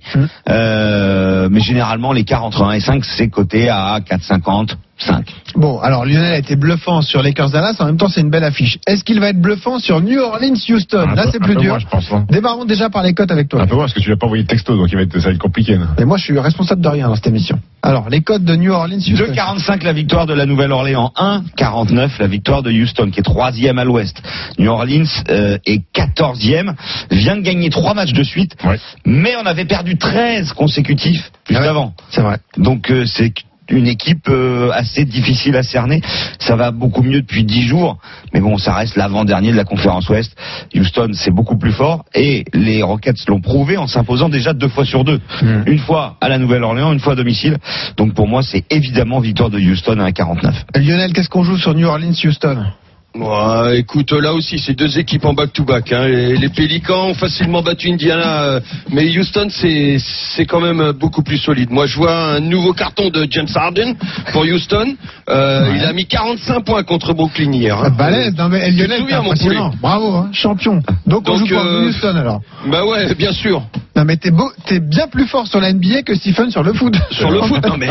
Euh, mais généralement, l'écart entre 1 et 5, c'est coté à 4,50, 5.
Bon, alors Lionel a été bluffant sur Lakers Dallas, en même temps c'est une belle affiche. Est-ce qu'il va être bluffant sur New Orleans Houston
Un
Là
peu-
c'est
un
plus
peu
dur.
moins, je pense, hein.
Débarrons déjà par les cotes avec toi.
Un peu moins parce que tu l'as pas envoyé de texto donc il va être, ça va être compliqué. non
Et moi je suis responsable de rien dans cette émission. Alors les cotes de New Orleans Houston.
2,45 la victoire de la Nouvelle-Orléans, 1,49 la victoire de Houston qui est troisième à l'ouest. New Orleans euh, est quatorzième, vient de gagner trois matchs de suite, mais on avait perdu 13 consécutifs juste avant.
C'est vrai.
Donc euh, c'est une équipe euh, assez difficile à cerner. Ça va beaucoup mieux depuis 10 jours, mais bon, ça reste l'avant-dernier de la conférence ouest. Houston, c'est beaucoup plus fort et les Rockets l'ont prouvé en s'imposant déjà deux fois sur deux. Une fois à la Nouvelle-Orléans, une fois à domicile. Donc pour moi, c'est évidemment victoire de Houston à 1,49.
Lionel, qu'est-ce qu'on joue sur New Orleans Houston
Ah, Ouais, écoute, là aussi, c'est deux équipes en back-to-back. hein. Et Les Pélicans ont facilement battu Indiana, euh, mais Houston, c'est c'est quand même euh, beaucoup plus solide. Moi, je vois un nouveau carton de James Harden pour Houston. Euh, Il a mis 45 points contre Brooklyn hier. hein.
Balèze, non mais eh,
Tu te
Lionel, c'est
souviens, mon
impressionnant.
poulet
Bravo, hein, champion. Donc, on
Donc,
joue pour
euh,
Houston alors.
Bah ouais, bien sûr.
Non mais t'es beau, t'es bien plus fort sur la NBA que Stephen sur le foot.
Sur le foot, non mais,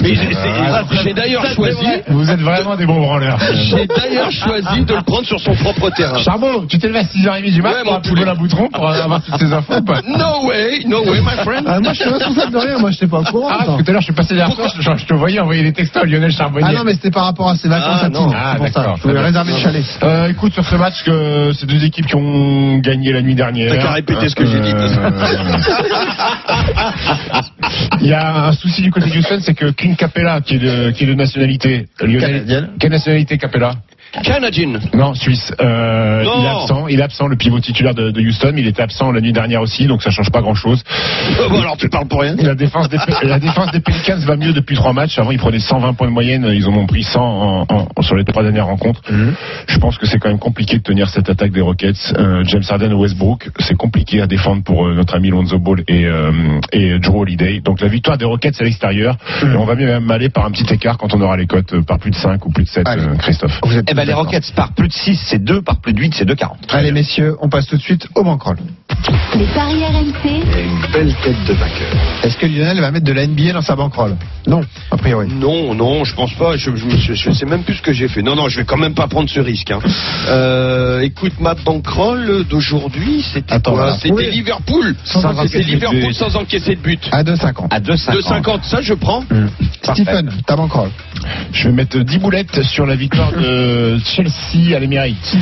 mais c'est- c'est- j'ai d'ailleurs choisi,
Vous êtes vraiment des bons branleurs.
j'ai d'ailleurs choisi de le prendre sur son propre terrain.
Charbot, tu t'es levé à 6h30 du
Ouais,
matin
mon
pour appeler la Boutron pour avoir toutes ces infos ou pas
No way, no way, my friend.
Ah, moi je suis responsable de rien, moi je sais pas au courant.
Ah,
attends.
parce que tout à l'heure, je suis passé derrière toi, je, je te voyais envoyer des textos à Lionel Charbonnier.
Ah non mais c'était par rapport à ses
Ah,
vacances à Tignes, c'est pour ça.
Ah, d'accord.
Je voulais réserver le chalet.
Euh, écoute, sur ce match, que ces deux équipes qui ont gagné la nuit dernière.
T'as qu'à répéter ce que j'ai dit.
Euh, Il y a un souci du côté de Houston, c'est que Clint Capella, qui est de, qui est de nationalité
Canadienne.
Quelle nationalité Capella
Canadian.
Non, Suisse. Euh,
Non.
Il est absent, il est absent, le pivot titulaire de, de Houston. Il était absent la nuit dernière aussi, donc ça change pas grand chose.
Euh, bon, alors tu parles pour rien.
La défense, des, la défense des Pelicans va mieux depuis trois matchs. Avant, ils prenaient 120 points de moyenne. Ils en ont pris 100 en- en- sur les trois dernières rencontres.
Mhm.
Je pense que c'est quand même compliqué de tenir cette attaque des Rockets. Euh, James Harden ou Westbrook, c'est compliqué à défendre pour euh, notre ami Lonzo Ball et, euh, et Drew Holiday. Donc la victoire des Rockets à l'extérieur.
Mhm.
Et on va même aller par un petit écart quand on aura les cotes euh, par plus de 5 ou plus de 7, euh, Christophe.
Eh ben les Rockets par plus de 6, c'est 2, par plus de 8, c'est 2,40.
Allez messieurs, on passe tout de suite au bankroll.
Les paris RMC,
Belle tête de vainqueur. Est-ce que Lionel va mettre de la NBA dans sa bankroll Non, a priori.
Non, non, je pense pas. Je, je, me suis- je sais même plus ce que j'ai fait. Non, non, je vais quand même pas prendre ce risque. hein. Euh, écoute, ma bankroll d'aujourd'hui, c'était
Attends,
quoi
voilà.
C'était
Oui.
Liverpool.
Sans encaisser
C'était
de but.
Liverpool sans encaisser de but.
À 2,50.
À
2,50, 50, ça je prends.
Stephen, ta bankroll.
Je vais mettre 10 boulettes sur la victoire de Chelsea à l'Émirate.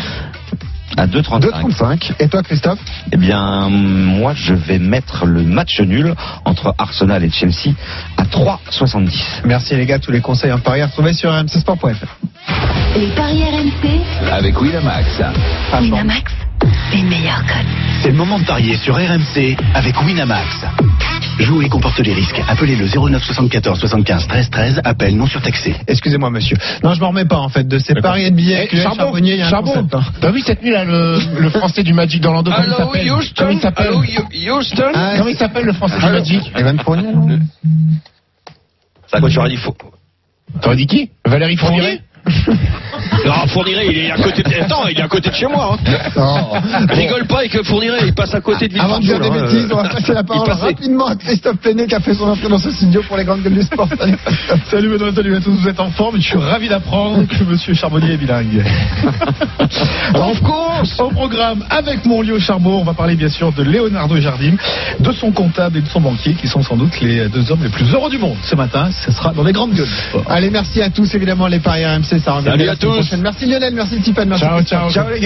À 2,35.
2,35. Et toi Christophe
Eh bien, moi, je vais mettre le match nul entre Arsenal et Chelsea à 3,70.
Merci les gars, tous les conseils en paris à retrouver sur rmcsport.fr.
les paris RMC,
Avec Winamax.
Winamax, les meilleurs codes.
C'est le moment de parier sur RMC avec Winamax. Jouer comporte les risques. Appelez le 09 74 75 13 13. Appel non surtaxé.
Excusez-moi monsieur. Non, je m'en remets pas en fait de ces paris NBA.
Eh,
que
Charbon,
Charbonnier, il y a un
Charbon,
concept, hein.
T'as vu cette nuit là le, le français du Magic d'Orlando comment il
Allô,
s'appelle
Houston
Comment il s'appelle
Allô, Yo- Houston
Ah,
Comment il s'appelle le français du Magic
Evan Fournier, non
Ça, quand j'aurais dit faux.
T'aurais dit qui Valérie Fournier
Non, Fourniret, il est à côté de... Attends, il est à côté de chez moi. Hein. Rigole pas avec Fourniret, il passe à côté de Ville
Avant de dire des
Fargeau, là,
bêtises,
euh,
on va passer la
il
parole
passait.
rapidement à Christophe Penet qui a fait son entrée dans ce studio pour les grandes gueules du sport. Salut, Christophe.
Salut Benoît, salut à tous, vous êtes en forme. Je suis ravi d'apprendre que Monsieur Charbonnier est bilingue. of course Au programme avec mon lieu Charbon, on va parler bien sûr de Leonardo Jardim, de son comptable et de son banquier qui sont sans doute les deux hommes les plus heureux du monde ce matin. Ce sera dans les grandes gueules. du sport.
Allez, merci à tous, évidemment, les paris RMC, ça revient
Salut
la
à
semaine
tous.
prochaine. Merci Lionel, merci Tiffany, merci
Ciao,
Christophe.
ciao.
ciao les gars.